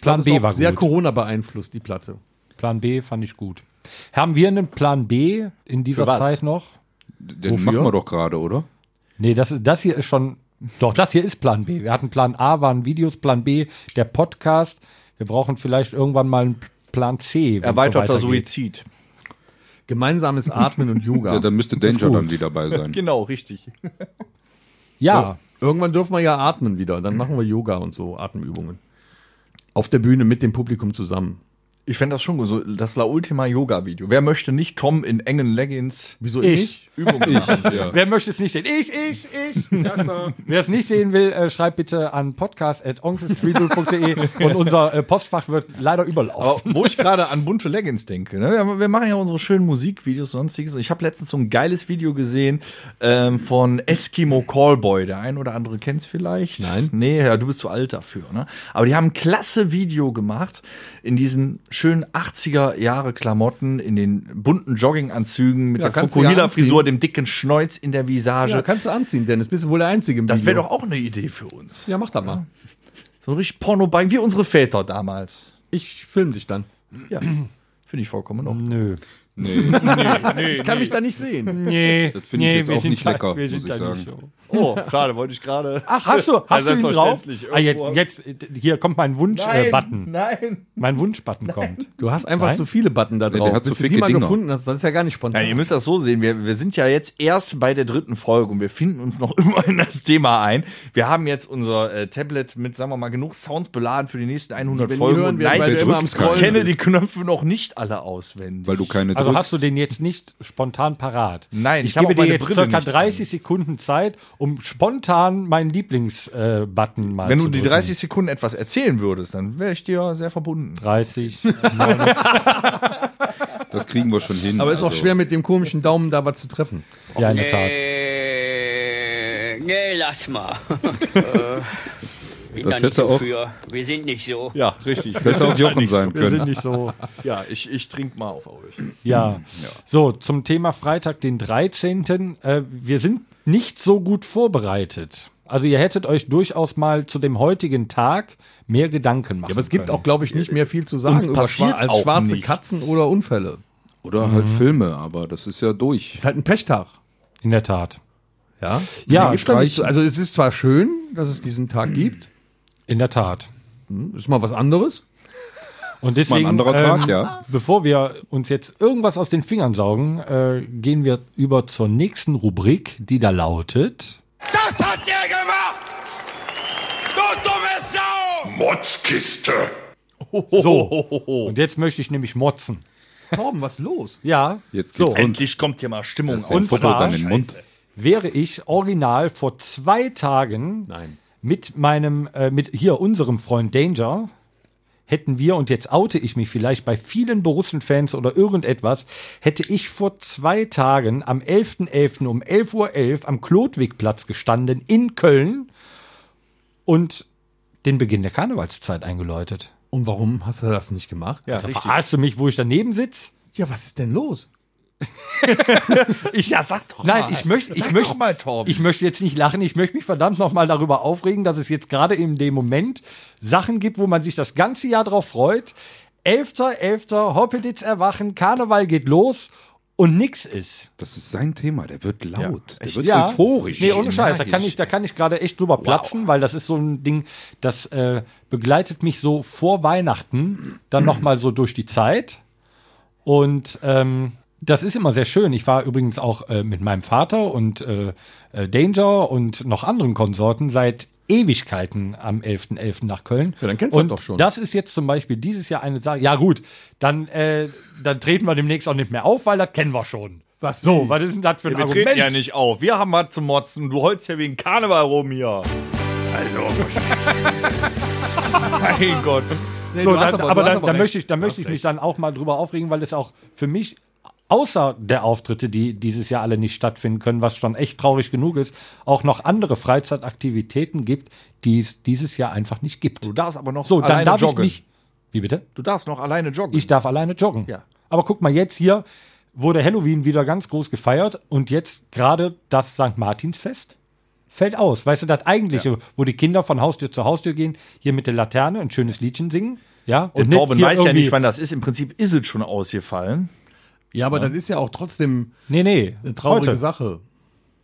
Speaker 3: Plan
Speaker 4: das ist
Speaker 3: B
Speaker 4: auch
Speaker 3: war
Speaker 4: sehr
Speaker 3: gut.
Speaker 4: Corona beeinflusst, die Platte.
Speaker 3: Plan B fand ich gut. Haben wir einen Plan B in dieser
Speaker 5: Für was?
Speaker 3: Zeit noch?
Speaker 6: Den
Speaker 4: Wofür?
Speaker 6: machen wir doch gerade, oder?
Speaker 3: Nee, das, das hier ist schon. Doch, das hier ist Plan B. Wir hatten Plan A, waren Videos, Plan B, der Podcast. Wir brauchen vielleicht irgendwann mal einen Plan C. wenn's so
Speaker 5: Erweiterter
Speaker 3: weitergeht.
Speaker 5: Suizid.
Speaker 4: Gemeinsames Atmen und Yoga.
Speaker 6: Ja, dann müsste Danger dann wieder dabei sein.
Speaker 5: Genau, richtig.
Speaker 3: Ja,
Speaker 4: Irgendwann dürfen wir ja atmen wieder. Dann machen wir Yoga und so, Atemübungen. Auf der Bühne mit dem Publikum zusammen.
Speaker 5: Ich fände das schon gut, so das La Ultima Yoga Video. Wer möchte nicht Tom in engen Leggings
Speaker 4: Wieso
Speaker 3: ich.
Speaker 5: Übungen machen?
Speaker 6: Ja.
Speaker 3: Wer möchte es nicht sehen? Ich, ich, ich. Wer es nicht sehen will, äh, schreibt bitte an podcast.onkelsstreetdool.de und unser äh, Postfach wird leider
Speaker 5: Aber
Speaker 3: überlaufen.
Speaker 5: wo ich gerade an bunte Leggings denke, ne? wir, wir machen ja unsere schönen Musikvideos und sonstiges. Und ich habe letztens so ein geiles Video gesehen ähm, von Eskimo Callboy. Der ein oder andere kennt's vielleicht. Nein. Nee, ja, du bist zu alt dafür. Ne? Aber die haben ein klasse Video gemacht in diesen schönen 80er Jahre Klamotten, in den bunten Jogginganzügen mit
Speaker 4: Ja,
Speaker 5: der
Speaker 4: kannst du ja
Speaker 5: Fukuhila-Frisur,
Speaker 4: anziehen.
Speaker 5: dem dicken Schneuz in der Visage.
Speaker 4: Ja, kannst du anziehen, Dennis. Bist du wohl der Einzige im
Speaker 5: das
Speaker 4: Video.
Speaker 5: wäre doch auch eine Idee für uns.
Speaker 4: Ja, mach da mal.
Speaker 5: So ein richtig Pornobein, wie unsere Väter damals.
Speaker 4: Ich film dich dann.
Speaker 5: Ja, finde ich vollkommen in Ordnung.
Speaker 3: Nö.
Speaker 4: ich kann mich da nicht sehen.
Speaker 3: Nee,
Speaker 6: Das finde ich jetzt auch nicht lecker, muss ich sagen.
Speaker 5: Oh, schade, wollte ich gerade.
Speaker 3: Ach, hast du, hast du ihn drauf?
Speaker 5: selbstverständlich,
Speaker 3: Ah, jetzt,
Speaker 5: irgendwo.
Speaker 3: jetzt, äh, hier kommt mein Wunsch-Button. Äh, Button.
Speaker 5: nein.
Speaker 3: mein Wunsch-Button kommt.
Speaker 4: Du hast einfach
Speaker 3: Nein.
Speaker 4: zu viele Button da
Speaker 6: der
Speaker 4: drauf.
Speaker 6: hat zu
Speaker 4: Bis du
Speaker 6: viele
Speaker 4: die mal
Speaker 6: Dinger.
Speaker 4: gefunden hast, das ist ja gar nicht
Speaker 5: Ja,
Speaker 4: spontan.
Speaker 5: ihr müsst das so sehen. Wir, wir sind ja jetzt erst bei der dritten Folge und wir finden uns noch immer in das Thema ein. Wir haben jetzt unser äh, Tablet mit, sagen wir mal, genug Sounds beladen für die nächsten 100
Speaker 4: Wenn die
Speaker 5: Folgen.
Speaker 4: hören,
Speaker 5: und
Speaker 4: werden
Speaker 5: nein,
Speaker 4: beide
Speaker 5: ich
Speaker 4: immer am Scrollen
Speaker 5: kenne
Speaker 4: bist.
Speaker 5: die Knöpfe noch nicht alle auswendig.
Speaker 6: Weil du keine
Speaker 3: Also
Speaker 6: drückst.
Speaker 3: hast du den jetzt nicht spontan parat?
Speaker 5: Nein,
Speaker 3: ich,
Speaker 5: ich habe
Speaker 3: gebe
Speaker 5: auch
Speaker 3: dir
Speaker 5: meine
Speaker 3: jetzt
Speaker 5: Brille
Speaker 3: circa
Speaker 5: nicht
Speaker 3: 30 Sekunden Zeit, um spontan meinen Lieblings-Button äh, Button mal
Speaker 5: Wenn
Speaker 3: zu
Speaker 5: du die
Speaker 3: drücken.
Speaker 5: 30 Sekunden etwas erzählen würdest, dann wäre ich dir sehr verbunden.
Speaker 3: 30.
Speaker 6: das kriegen wir schon hin.
Speaker 4: Aber ist auch
Speaker 6: also.
Speaker 4: schwer mit dem komischen Daumen da was zu treffen.
Speaker 3: ja, in der Tat.
Speaker 8: Äh, nee, lass mal. äh, bin
Speaker 6: Das
Speaker 8: da nicht
Speaker 6: hätte
Speaker 8: so
Speaker 6: auch-
Speaker 8: für. Wir sind nicht so.
Speaker 5: Ja, richtig.
Speaker 6: Das hätte auch Jochen sein können.
Speaker 3: nicht so.
Speaker 5: Ja, ich, ich trinke mal auf euch.
Speaker 3: Ja. So, zum Thema Freitag, den 13. Äh, wir sind nicht so gut vorbereitet. Also ihr hättet euch durchaus mal zu dem heutigen Tag mehr Gedanken machen
Speaker 4: Aber es gibt
Speaker 3: können.
Speaker 4: auch, glaube ich, nicht mehr viel zu sagen
Speaker 5: Uns passiert
Speaker 4: als
Speaker 5: auch
Speaker 4: schwarze
Speaker 5: nichts.
Speaker 4: Katzen oder Unfälle.
Speaker 6: Oder halt
Speaker 3: Mhm.
Speaker 6: Filme, aber das ist ja durch.
Speaker 4: Ist halt ein Pechtag.
Speaker 3: In der Tat.
Speaker 4: Ja. Mhm.
Speaker 3: Ja,
Speaker 4: Den gibt's da nicht, so-
Speaker 6: streichen.
Speaker 4: also es ist zwar schön, dass es diesen Tag gibt.
Speaker 3: In der Tat.
Speaker 4: Ist mal was anderes.
Speaker 3: Und
Speaker 6: Mal ein
Speaker 3: deswegen,
Speaker 6: anderer
Speaker 3: ähm,
Speaker 6: Tag, ja.
Speaker 3: bevor wir uns jetzt irgendwas aus den Fingern saugen, äh, gehen wir über zur nächsten Rubrik, die da lautet.
Speaker 9: Das hat der gemacht! Du dumme Sau!
Speaker 1: Motzkiste.
Speaker 3: Und jetzt möchte ich nämlich motzen.
Speaker 4: Oh. Torben, was los?
Speaker 3: Ja,
Speaker 6: Jetzt
Speaker 3: so.
Speaker 6: geht's rund.
Speaker 5: Endlich kommt hier mal Stimmung auf.
Speaker 3: Und
Speaker 6: Futter
Speaker 3: zwar
Speaker 6: dann in den Mund.
Speaker 3: wäre ich original vor zwei Tagen mit meinem, äh, mit hier unserem Freund Danger, hätten wir, und jetzt oute ich mich vielleicht bei vielen Borussen-Fans oder irgendetwas, hätte ich vor zwei Tagen am 11.11. um 11.11 Uhr am Klotwigplatz gestanden in Köln und den Beginn der Karnevalszeit eingeläutet.
Speaker 4: Und warum hast du das nicht gemacht? Ja,
Speaker 3: Also verarschst du mich, wo ich daneben sitze?
Speaker 4: was ist denn los?
Speaker 5: Ich, ja, sag doch
Speaker 3: Nein, ich möchte, ich möchte,
Speaker 5: mal, Torben.
Speaker 3: ich möchte jetzt nicht lachen. Ich möchte mich verdammt nochmal darüber aufregen, dass es jetzt gerade in dem Moment Sachen gibt, wo man sich das ganze Jahr drauf freut. Elfter, Elfter, Hoppeditz erwachen, Karneval geht los und nix ist.
Speaker 6: Das ist sein Thema. Der wird laut. der wird
Speaker 3: Ja.
Speaker 6: euphorisch.
Speaker 3: Nee, ohne Scheiß. Da kann
Speaker 5: energisch.
Speaker 3: ich, da kann ich gerade echt drüber platzen, weil das ist so ein Ding, das äh, begleitet mich so vor Weihnachten dann nochmal so durch die Zeit. Und ähm, das ist immer sehr schön. Ich war übrigens auch äh, mit meinem Vater und äh, äh, Danger und noch anderen Konsorten seit Ewigkeiten am 11.11. nach Köln.
Speaker 4: Ja, dann kennst du
Speaker 3: Und
Speaker 4: das doch schon.
Speaker 3: Das ist jetzt zum Beispiel dieses Jahr eine Sache. Ja, gut, dann, äh, dann treten wir demnächst auch nicht mehr auf, weil das kennen wir schon.
Speaker 4: Was?
Speaker 3: So, was ist denn das für ein
Speaker 5: Wir
Speaker 3: Argument?
Speaker 5: treten ja nicht auf. Wir haben was zum Motzen. Du holst ja wegen Karneval rum hier. Also. mein Gott.
Speaker 3: So,
Speaker 4: du hast
Speaker 3: dann,
Speaker 4: aber-
Speaker 3: aber,
Speaker 4: du hast
Speaker 3: dann, dann
Speaker 4: aber recht.
Speaker 3: möchte ich, dann möchte ich mich dann auch mal drüber aufregen, weil es auch für mich außer der Auftritte, die dieses Jahr alle nicht stattfinden können, was schon echt traurig genug ist, auch noch andere Freizeitaktivitäten gibt, die es dieses Jahr einfach nicht gibt.
Speaker 5: Du darfst aber noch
Speaker 3: So, dann
Speaker 5: alleine
Speaker 3: darf
Speaker 5: joggen.
Speaker 3: ich nicht. Wie bitte?
Speaker 5: Du darfst noch alleine joggen.
Speaker 3: Ich darf alleine joggen.
Speaker 5: Ja.
Speaker 3: Aber guck mal, jetzt hier wurde Halloween wieder ganz groß gefeiert und jetzt gerade das St. Martinsfest fällt aus. Weißt du, das eigentliche, wo die Kinder von Haustür zu Haustür gehen, hier mit der Laterne ein schönes Liedchen singen. Ja,
Speaker 5: und
Speaker 3: nicht
Speaker 5: Torben
Speaker 3: hier
Speaker 5: weiß ja
Speaker 3: irgendwie-
Speaker 5: nicht, wann das ist. Im Prinzip ist es schon ausgefallen.
Speaker 4: Ja, aber das ist ja auch trotzdem
Speaker 3: Nee, nee.
Speaker 4: eine traurige
Speaker 3: heute.
Speaker 4: Sache.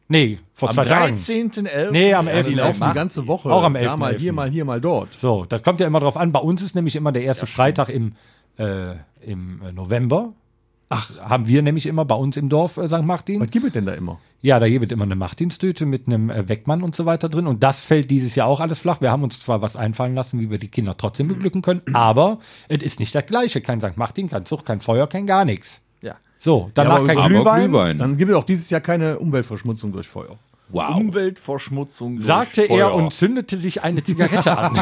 Speaker 3: Nee, vor zwei Tagen.
Speaker 5: 13.11.
Speaker 3: Nee, am
Speaker 4: Die
Speaker 3: 11.
Speaker 4: laufen die
Speaker 3: Elften.
Speaker 4: ganze Woche.
Speaker 3: Auch am
Speaker 4: Ja, mal
Speaker 3: 11.11..
Speaker 4: hier, mal hier, mal dort.
Speaker 3: So, das kommt ja immer drauf an. Bei uns ist nämlich immer der erste Freitag im, äh, im äh, November. Ach. Haben wir nämlich immer bei uns im Dorf äh, St. Martin.
Speaker 4: Was gibt es denn da immer?
Speaker 3: Ja, da gibt es immer eine Martinstüte mit einem äh, Weckmann und so weiter drin. Und das fällt dieses Jahr auch alles flach. Wir haben uns zwar was einfallen lassen, wie wir die Kinder trotzdem beglücken können, aber es ist nicht das Gleiche. Kein St. Martin, kein Zug, kein Feuer, kein gar nichts.
Speaker 5: Ja.
Speaker 3: So, danach
Speaker 4: aber
Speaker 3: kein
Speaker 4: aber
Speaker 3: Glühwein.
Speaker 4: Dann gibt es auch dieses Jahr keine Umweltverschmutzung durch Feuer.
Speaker 6: Wow.
Speaker 5: Umweltverschmutzung. durch
Speaker 3: Sagte
Speaker 5: Feuer.
Speaker 3: er und zündete sich eine Zigarette an.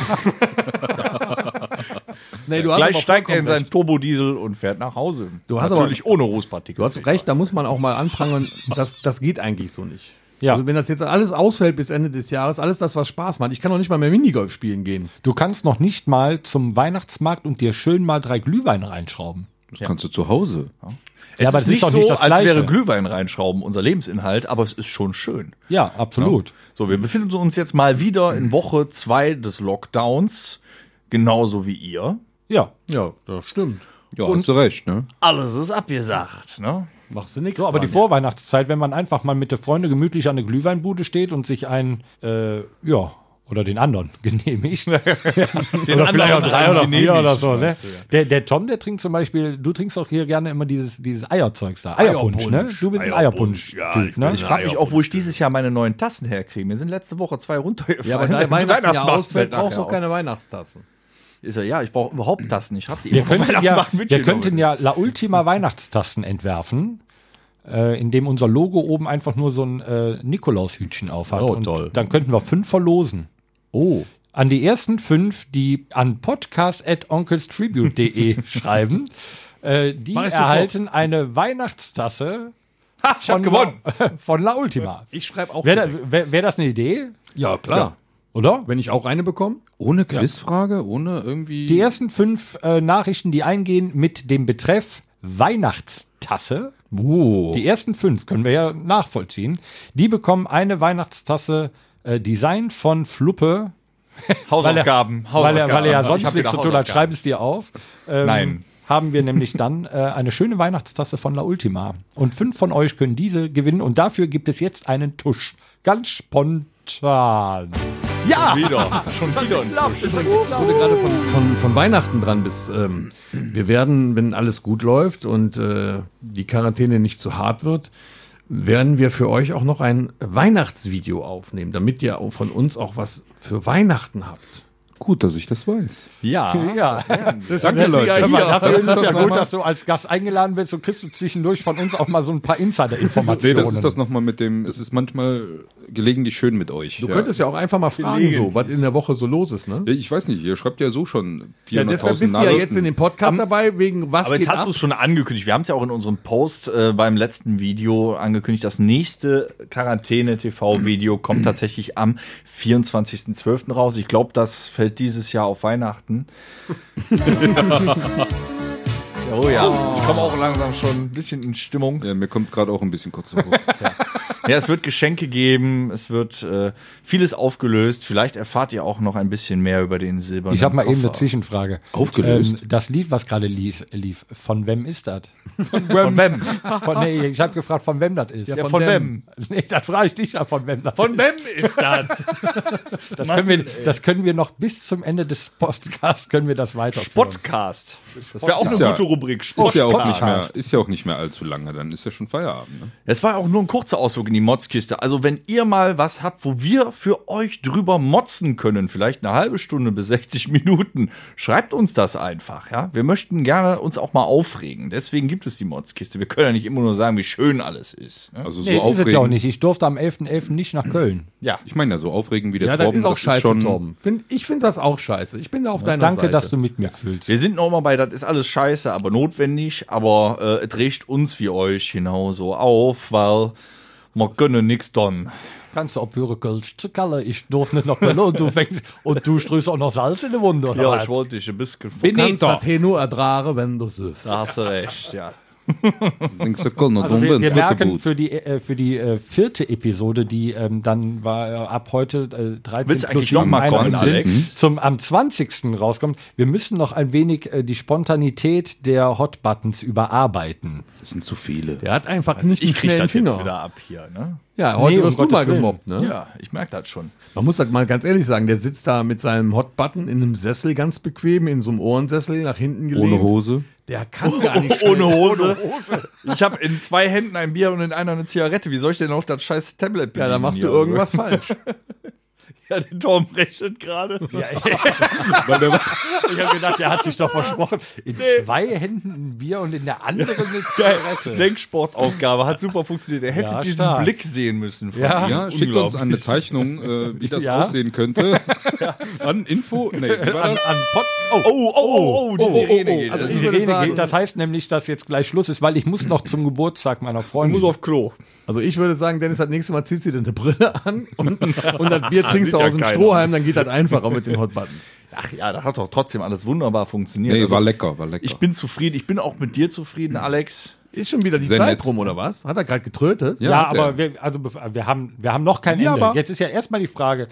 Speaker 4: Nee, du hast
Speaker 5: Gleich steigt er in
Speaker 4: vollkommen recht.
Speaker 5: seinen Turbodiesel und fährt nach Hause.
Speaker 4: Du hast aber-
Speaker 5: Natürlich ohne Rußpartikel.
Speaker 4: Du hast recht, da muss man auch mal anprangern, das, das geht eigentlich so nicht.
Speaker 3: Ja.
Speaker 4: Also wenn das jetzt alles ausfällt bis Ende des Jahres, alles das, was Spaß macht, ich kann doch nicht mal mehr Minigolf spielen gehen.
Speaker 3: Du kannst noch nicht mal zum Weihnachtsmarkt und dir schön mal drei Glühweine reinschrauben.
Speaker 6: Das kannst du zu Hause.
Speaker 5: Es
Speaker 3: aber das
Speaker 5: ist,
Speaker 3: ist
Speaker 5: nicht
Speaker 3: doch
Speaker 5: so,
Speaker 3: nicht das
Speaker 5: als
Speaker 3: Gleiche.
Speaker 5: wäre Glühwein reinschrauben unser Lebensinhalt, aber es ist schon schön.
Speaker 3: Ja, absolut.
Speaker 5: So, wir befinden uns jetzt mal wieder in Woche zwei des Lockdowns, genauso wie ihr.
Speaker 3: Ja.
Speaker 4: Ja, das stimmt.
Speaker 6: Ja, hast du recht, ne?
Speaker 5: Alles ist abgesagt, ne?
Speaker 4: Machst du nichts.
Speaker 3: So, aber die
Speaker 4: dran.
Speaker 3: Vorweihnachtszeit, wenn man einfach mal mit den Freunden gemütlich an der Glühweinbude steht und sich einen, äh, ja, oder den anderen genehmigt. den oder vielleicht auch
Speaker 5: anderen
Speaker 3: drei oder
Speaker 5: genehmigt,
Speaker 3: vier oder so. Ne?
Speaker 5: meinst du, ja.
Speaker 3: Der, der Tom, der trinkt zum Beispiel, du trinkst auch hier gerne immer dieses, dieses Eierzeugs da. Eierpunsch, ne? Du bist ein
Speaker 5: Eierpunsch,
Speaker 3: Eierpunsch-Typ,
Speaker 5: ja, ich
Speaker 3: ne?
Speaker 5: Ich frage mich auch, wo ich dieses Jahr meine neuen Tassen herkriege. Mir sind letzte Woche zwei runtergefallen.
Speaker 4: ja, aber da
Speaker 5: Der
Speaker 4: Weihnachten ja
Speaker 5: Weihnachtsmarkt
Speaker 4: ausfällt,
Speaker 5: nachher
Speaker 4: brauchst du auch keine Weihnachtstassen.
Speaker 5: Ist ja, ja, ich brauche überhaupt Tassen. Ich habe die
Speaker 3: Wir
Speaker 5: immer vom
Speaker 3: könnten, ja,
Speaker 5: Weihnachtsmarkt
Speaker 3: wir
Speaker 5: mitgenommen.
Speaker 3: könnten ja La Ultima Weihnachtstasten entwerfen, äh, indem unser Logo oben einfach nur so ein äh, Nikolaushütchen aufhat.
Speaker 4: Oh, toll.
Speaker 3: Dann könnten wir fünf verlosen.
Speaker 4: Oh.
Speaker 3: An die ersten fünf, die an podcast.onkelstribute.de schreiben, äh, die
Speaker 4: ich sofort.
Speaker 3: erhalten eine Weihnachtstasse
Speaker 5: Ha, ich habe gewonnen.
Speaker 3: La, von La Ultima.
Speaker 4: Ich schreibe auch.
Speaker 3: Wäre
Speaker 4: direkt.
Speaker 3: da, wär, wär das eine Idee,
Speaker 4: ja, klar.
Speaker 3: oder?
Speaker 4: Wenn ich auch eine bekomme?
Speaker 6: Ohne Quizfrage, ohne irgendwie.
Speaker 3: Die ersten fünf äh, Nachrichten, die eingehen mit dem Betreff Weihnachtstasse,
Speaker 6: Oh.
Speaker 3: Die ersten fünf können wir ja nachvollziehen. Die bekommen eine Weihnachtstasse äh, Design von Fluppe,
Speaker 5: Hausaufgaben.
Speaker 3: weil er, weil er ja
Speaker 5: Ich
Speaker 3: sonst
Speaker 5: hab
Speaker 3: nichts
Speaker 5: wieder
Speaker 3: zu tun hat.
Speaker 5: Hausaufgaben.
Speaker 3: Schreib es dir auf. Ähm,
Speaker 5: Nein.
Speaker 3: Haben wir nämlich dann äh, eine schöne Weihnachtstasse von La Ultima. Und fünf von euch können diese gewinnen. Und dafür gibt es jetzt einen Tusch. Ganz spontan. Ja!
Speaker 5: Wieder. Schon wieder. ein Tusch.
Speaker 4: Wo du gerade von, von, von Weihnachten dran bist. Ähm, wir werden, wenn alles gut läuft und äh, die Quarantäne nicht zu hart wird, werden wir für euch auch noch ein Weihnachtsvideo aufnehmen, damit ihr auch von uns auch was für Weihnachten habt.
Speaker 6: Gut, dass ich das weiß.
Speaker 5: Ja.
Speaker 3: Ja,
Speaker 4: Danke,
Speaker 3: Hör mal, dafür
Speaker 6: das
Speaker 3: ist
Speaker 6: ist
Speaker 3: es
Speaker 6: das
Speaker 3: ja gut,
Speaker 6: nochmal-
Speaker 3: dass du als Gast eingeladen bist und kriegst du zwischendurch von uns auch mal so ein paar
Speaker 6: Nee,
Speaker 3: Insider-Informationen.
Speaker 6: das ist das nochmal mit dem. Es ist manchmal gelegentlich schön mit euch.
Speaker 4: Du könntest ja auch einfach mal fragen, so, was in der Woche so los ist, ne?
Speaker 6: Ja, ich weiß nicht, ihr schreibt ja so schon 400.000
Speaker 4: Ja, deshalb bist du ja
Speaker 6: Nachrichten.
Speaker 4: jetzt in dem Podcast dabei, wegen was
Speaker 5: Aber
Speaker 4: geht
Speaker 5: jetzt hast
Speaker 4: ab?
Speaker 5: du es schon angekündigt. Wir haben es ja auch in unserem Post äh, beim letzten Video angekündigt. Das nächste Quarantäne-TV-Video kommt tatsächlich am 24.12. raus. Ich glaube, das fällt dieses Jahr auf Weihnachten. oh ja, ich komme auch langsam schon ein bisschen in Stimmung.
Speaker 6: Ja, mir kommt gerade auch ein bisschen kurz hoch.
Speaker 5: Ja, es wird Geschenke geben, es wird äh, vieles aufgelöst. Vielleicht erfahrt ihr auch noch ein bisschen mehr über den silbernen
Speaker 3: Ich habe mal eben
Speaker 5: Koffer.
Speaker 3: eine Zwischenfrage.
Speaker 6: Aufgelöst?
Speaker 3: Ähm, das Lied, was gerade lief, lief, von wem ist das?
Speaker 5: Von wem?
Speaker 3: Von, nee, ich habe gefragt, von wem das ist.
Speaker 5: Ja, von wem?
Speaker 3: Nee, das frage ich dich ja, von wem das ist.
Speaker 5: wem ist das?
Speaker 3: Das können, wir, das können wir noch bis zum Ende des Podcasts können wir das weiterführen.
Speaker 5: Podcast. Das wäre auch
Speaker 6: Ist
Speaker 5: eine
Speaker 6: ja-
Speaker 5: gute Rubrik.
Speaker 6: ist ja auch
Speaker 5: Podcast.
Speaker 6: nicht mehr, ist ja auch nicht mehr allzu lange, dann ist ja schon Feierabend. Ne?
Speaker 5: Es war auch nur ein kurzer Ausflug in die die Motzkiste. Also wenn ihr mal was habt, wo wir für euch drüber motzen können, vielleicht eine halbe Stunde bis 60 Minuten, schreibt uns das einfach. Ja, wir möchten gerne uns auch mal aufregen. Deswegen gibt es die Motzkiste. Wir können ja nicht immer nur sagen, wie schön alles ist. Ne?
Speaker 6: Also so
Speaker 3: Nee, ist es
Speaker 6: aufregend.
Speaker 3: ja auch nicht. Ich durfte am 11.11. nicht nach Köln.
Speaker 5: Ja,
Speaker 6: Ich meine ja, so aufregend wie der
Speaker 4: Ja, das
Speaker 6: Torben,
Speaker 4: ist auch scheiße,
Speaker 6: schon
Speaker 4: Torben. Find, ich finde das auch scheiße. Ich bin da auf deiner
Speaker 3: Danke,
Speaker 4: Seite.
Speaker 3: dass du mit mir fühlst.
Speaker 5: wir sind noch mal bei, das ist alles scheiße, aber notwendig. Aber äh, es regt uns wie euch genauso auf, weil wir können nichts tun.
Speaker 3: Kannst du auch Bürgerkölsch zu Kalle. Ich durfte nicht nach Köln und du fängst und du strößt auch noch Salz in die Wunde. oder
Speaker 5: Ja,
Speaker 3: was?
Speaker 5: ich wollte dich ein bisschen
Speaker 4: Du kannst das hier nur ertragen, wenn du süffst.
Speaker 5: Da hast du recht, ja.
Speaker 6: Denkst du, Kölner
Speaker 3: Also
Speaker 6: also
Speaker 3: wir, wir
Speaker 6: ins
Speaker 3: merken
Speaker 6: Wetterboot.
Speaker 3: für die, äh, für die äh, vierte Episode, die ähm, dann war äh, ab heute äh, 13
Speaker 5: Willst du eigentlich
Speaker 3: plus
Speaker 5: noch mal
Speaker 3: 7
Speaker 5: kommen,
Speaker 3: 21
Speaker 5: Alex?
Speaker 3: zum am 20. rauskommt. Wir müssen noch ein wenig äh, die Spontanität der Hot Buttons überarbeiten.
Speaker 6: Das sind zu viele.
Speaker 4: Der hat einfach nicht
Speaker 5: Ich
Speaker 4: einen
Speaker 5: krieg
Speaker 4: schnellen
Speaker 5: das
Speaker 4: Finger.
Speaker 5: jetzt wieder ab hier, ne?
Speaker 4: Ja, heute
Speaker 3: Nee, um
Speaker 4: wirst du
Speaker 3: Gottes
Speaker 4: mal
Speaker 3: Willen.
Speaker 4: gemobbt, ne?
Speaker 5: Ja, ich merke das schon.
Speaker 4: Man muss das mal ganz ehrlich sagen, der sitzt da mit seinem Hotbutton in einem Sessel ganz bequem, in so einem Ohrensessel nach hinten gelehnt.
Speaker 6: Ohne Hose.
Speaker 4: Der kann gar nicht
Speaker 5: Ohne
Speaker 4: schnell-
Speaker 5: Hose. Ich habe in zwei Händen ein Bier und in einer eine Zigarette. Wie soll ich denn auf das scheiß Tablet
Speaker 4: Ja,
Speaker 5: bedienen?
Speaker 4: da machst du
Speaker 5: hier?
Speaker 4: irgendwas falsch.
Speaker 5: Ja, der Tom rechnet gerade.
Speaker 3: Ich habe gedacht, der hat sich doch versprochen. In zwei Händen ein Bier und in der anderen eine Zigarette.
Speaker 5: Denksportaufgabe hat super funktioniert. Er hätte
Speaker 3: Ja,
Speaker 5: diesen
Speaker 3: stark.
Speaker 5: Blick sehen müssen. von
Speaker 3: Ja.
Speaker 5: ihm.
Speaker 6: Ja, schickt uns
Speaker 5: Unglaublich.
Speaker 6: eine Zeichnung, äh, wie das
Speaker 3: Ja.
Speaker 6: aussehen könnte. An Info. Nee, wie war
Speaker 3: an,
Speaker 6: das?
Speaker 3: an Pod oh,
Speaker 5: Oh, oh, oh, die Sirene geht.
Speaker 4: Also
Speaker 5: Also,
Speaker 3: die
Speaker 4: ich würde
Speaker 3: Sirene
Speaker 4: sagen-
Speaker 3: geht. Das heißt nämlich, dass jetzt gleich Schluss ist, weil ich muss noch zum Geburtstag meiner Freundin.
Speaker 5: muss auf Klo.
Speaker 4: Also ich würde sagen, Dennis, das nächste Mal ziehst du dir eine Brille an und, und das Bier trinkst du
Speaker 5: Sieht ja
Speaker 4: aus dem
Speaker 5: keiner.
Speaker 4: Strohhalm, dann geht das einfacher mit den Hotbuttons.
Speaker 5: Ach ja, das hat doch trotzdem alles wunderbar funktioniert.
Speaker 6: Nee,
Speaker 5: Also,
Speaker 6: war lecker, war lecker.
Speaker 5: ich bin zufrieden. Ich bin auch mit dir zufrieden, Alex.
Speaker 4: Ist schon wieder die
Speaker 6: Sehr
Speaker 4: Zeit
Speaker 6: nett.
Speaker 4: rum, oder was? Hat er gerade getrötet?
Speaker 3: Ja,
Speaker 6: hat er.
Speaker 3: aber wir, also, bef- wir, haben, wir haben noch kein
Speaker 6: Ja,
Speaker 3: Ende.
Speaker 6: aber-
Speaker 3: Jetzt ist ja erstmal die Frage,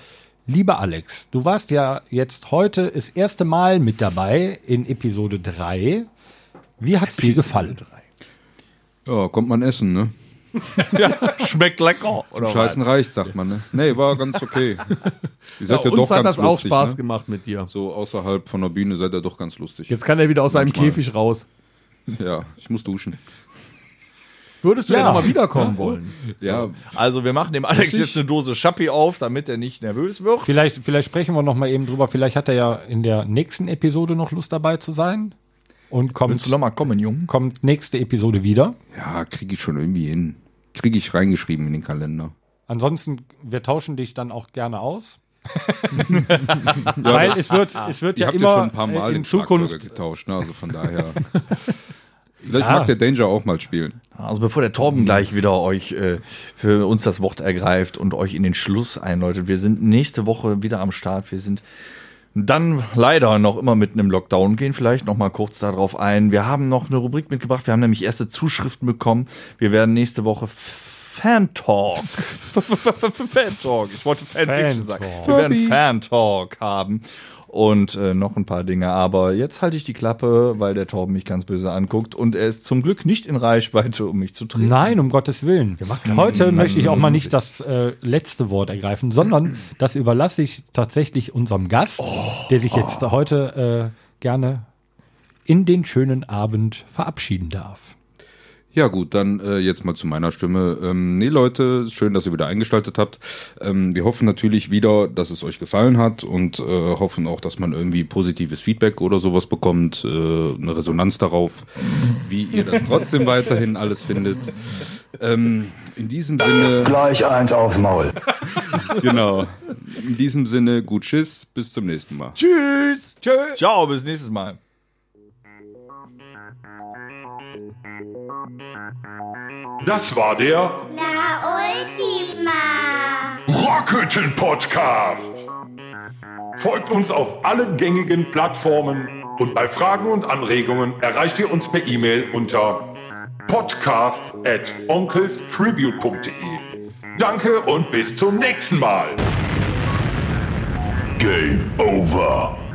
Speaker 3: lieber Alex, du warst ja jetzt heute das erste Mal mit dabei in Episode 3. Wie hat's dir gefallen?
Speaker 6: Ja, kommt man essen, ne?
Speaker 5: Schmeckt lecker.
Speaker 6: Zum Scheißen reicht, sagt man, ne? Nee, war ganz okay. Ihr seid ja,
Speaker 4: Uns
Speaker 6: doch
Speaker 4: hat das
Speaker 6: ganz lustig,
Speaker 4: auch Spaß
Speaker 6: ne?
Speaker 4: gemacht mit dir.
Speaker 6: So außerhalb von der Bühne seid ihr doch ganz lustig.
Speaker 4: Jetzt kann er wieder aus seinem
Speaker 6: Manchmal.
Speaker 4: Käfig raus.
Speaker 6: Ja, ich muss duschen.
Speaker 4: Würdest du ja,
Speaker 3: Ja.
Speaker 4: nochmal wiederkommen wollen?
Speaker 6: Ja,
Speaker 5: Also wir machen dem Alex jetzt eine Dose Schappi auf, damit er nicht nervös wird.
Speaker 3: Vielleicht, vielleicht sprechen wir noch mal eben drüber. Vielleicht hat er ja in der nächsten Episode noch Lust dabei zu sein und kommt,
Speaker 5: mal kommen, Junge?
Speaker 3: kommt nächste Episode wieder.
Speaker 6: ja kriege ich schon irgendwie hin. Kriege ich reingeschrieben in den Kalender.
Speaker 3: Ansonsten, wir tauschen dich dann auch gerne aus. Weil es wird, es wird
Speaker 6: Ihr
Speaker 3: ja
Speaker 6: habt
Speaker 3: immer
Speaker 6: ja schon ein paar Mal
Speaker 3: äh, in
Speaker 6: den Schlagzeuger
Speaker 3: Zukunft
Speaker 6: getauscht, ne? Also von daher. Vielleicht
Speaker 3: Ja.
Speaker 6: mag der Danger auch mal spielen.
Speaker 5: Also bevor der Torben gleich wieder euch äh, für uns das Wort ergreift und euch in den Schluss einläutet, wir sind nächste Woche wieder am Start. Wir sind dann leider noch immer mitten im Lockdown gehen, vielleicht noch mal kurz darauf ein. Wir haben noch eine Rubrik mitgebracht. Wir haben nämlich erste Zuschriften bekommen. Wir werden nächste Woche F- Fan Talk. F- F- F- F- Fan Talk. Ich wollte Fanfiction sagen.
Speaker 3: Fan-Talk.
Speaker 5: Wir werden Fan Talk haben und äh, noch ein paar Dinge. Aber jetzt halte ich die Klappe, weil der Torben mich ganz böse anguckt und er ist zum Glück nicht in Reichweite, um mich zu treten.
Speaker 3: Nein, um Gottes Willen. Heute möchte ich auch mal nicht das äh, letzte Wort ergreifen, sondern das überlasse ich tatsächlich unserem Gast, der sich jetzt heute äh, gerne in den schönen Abend verabschieden darf.
Speaker 6: Ja gut, dann äh, jetzt mal zu meiner Stimme. Ähm, nee Leute, schön, dass ihr wieder eingeschaltet habt. Ähm, wir hoffen natürlich wieder, dass es euch gefallen hat und äh, hoffen auch, dass man irgendwie positives Feedback oder sowas bekommt, äh, eine Resonanz darauf, wie ihr das trotzdem weiterhin alles findet. Ähm, in diesem Sinne,
Speaker 10: Gleich eins aufs Maul.
Speaker 6: genau, in diesem Sinne, gut Schiss, bis zum nächsten Mal.
Speaker 5: Tschüss. Tschüss. Ciao, bis nächstes Mal.
Speaker 1: Das war der
Speaker 2: La última.
Speaker 1: Rockhütten Podcast. Folgt uns auf allen gängigen Plattformen und bei Fragen und Anregungen erreicht ihr uns per E-Mail unter podcast at onkelstribute.de. Danke und bis zum nächsten Mal. Game over.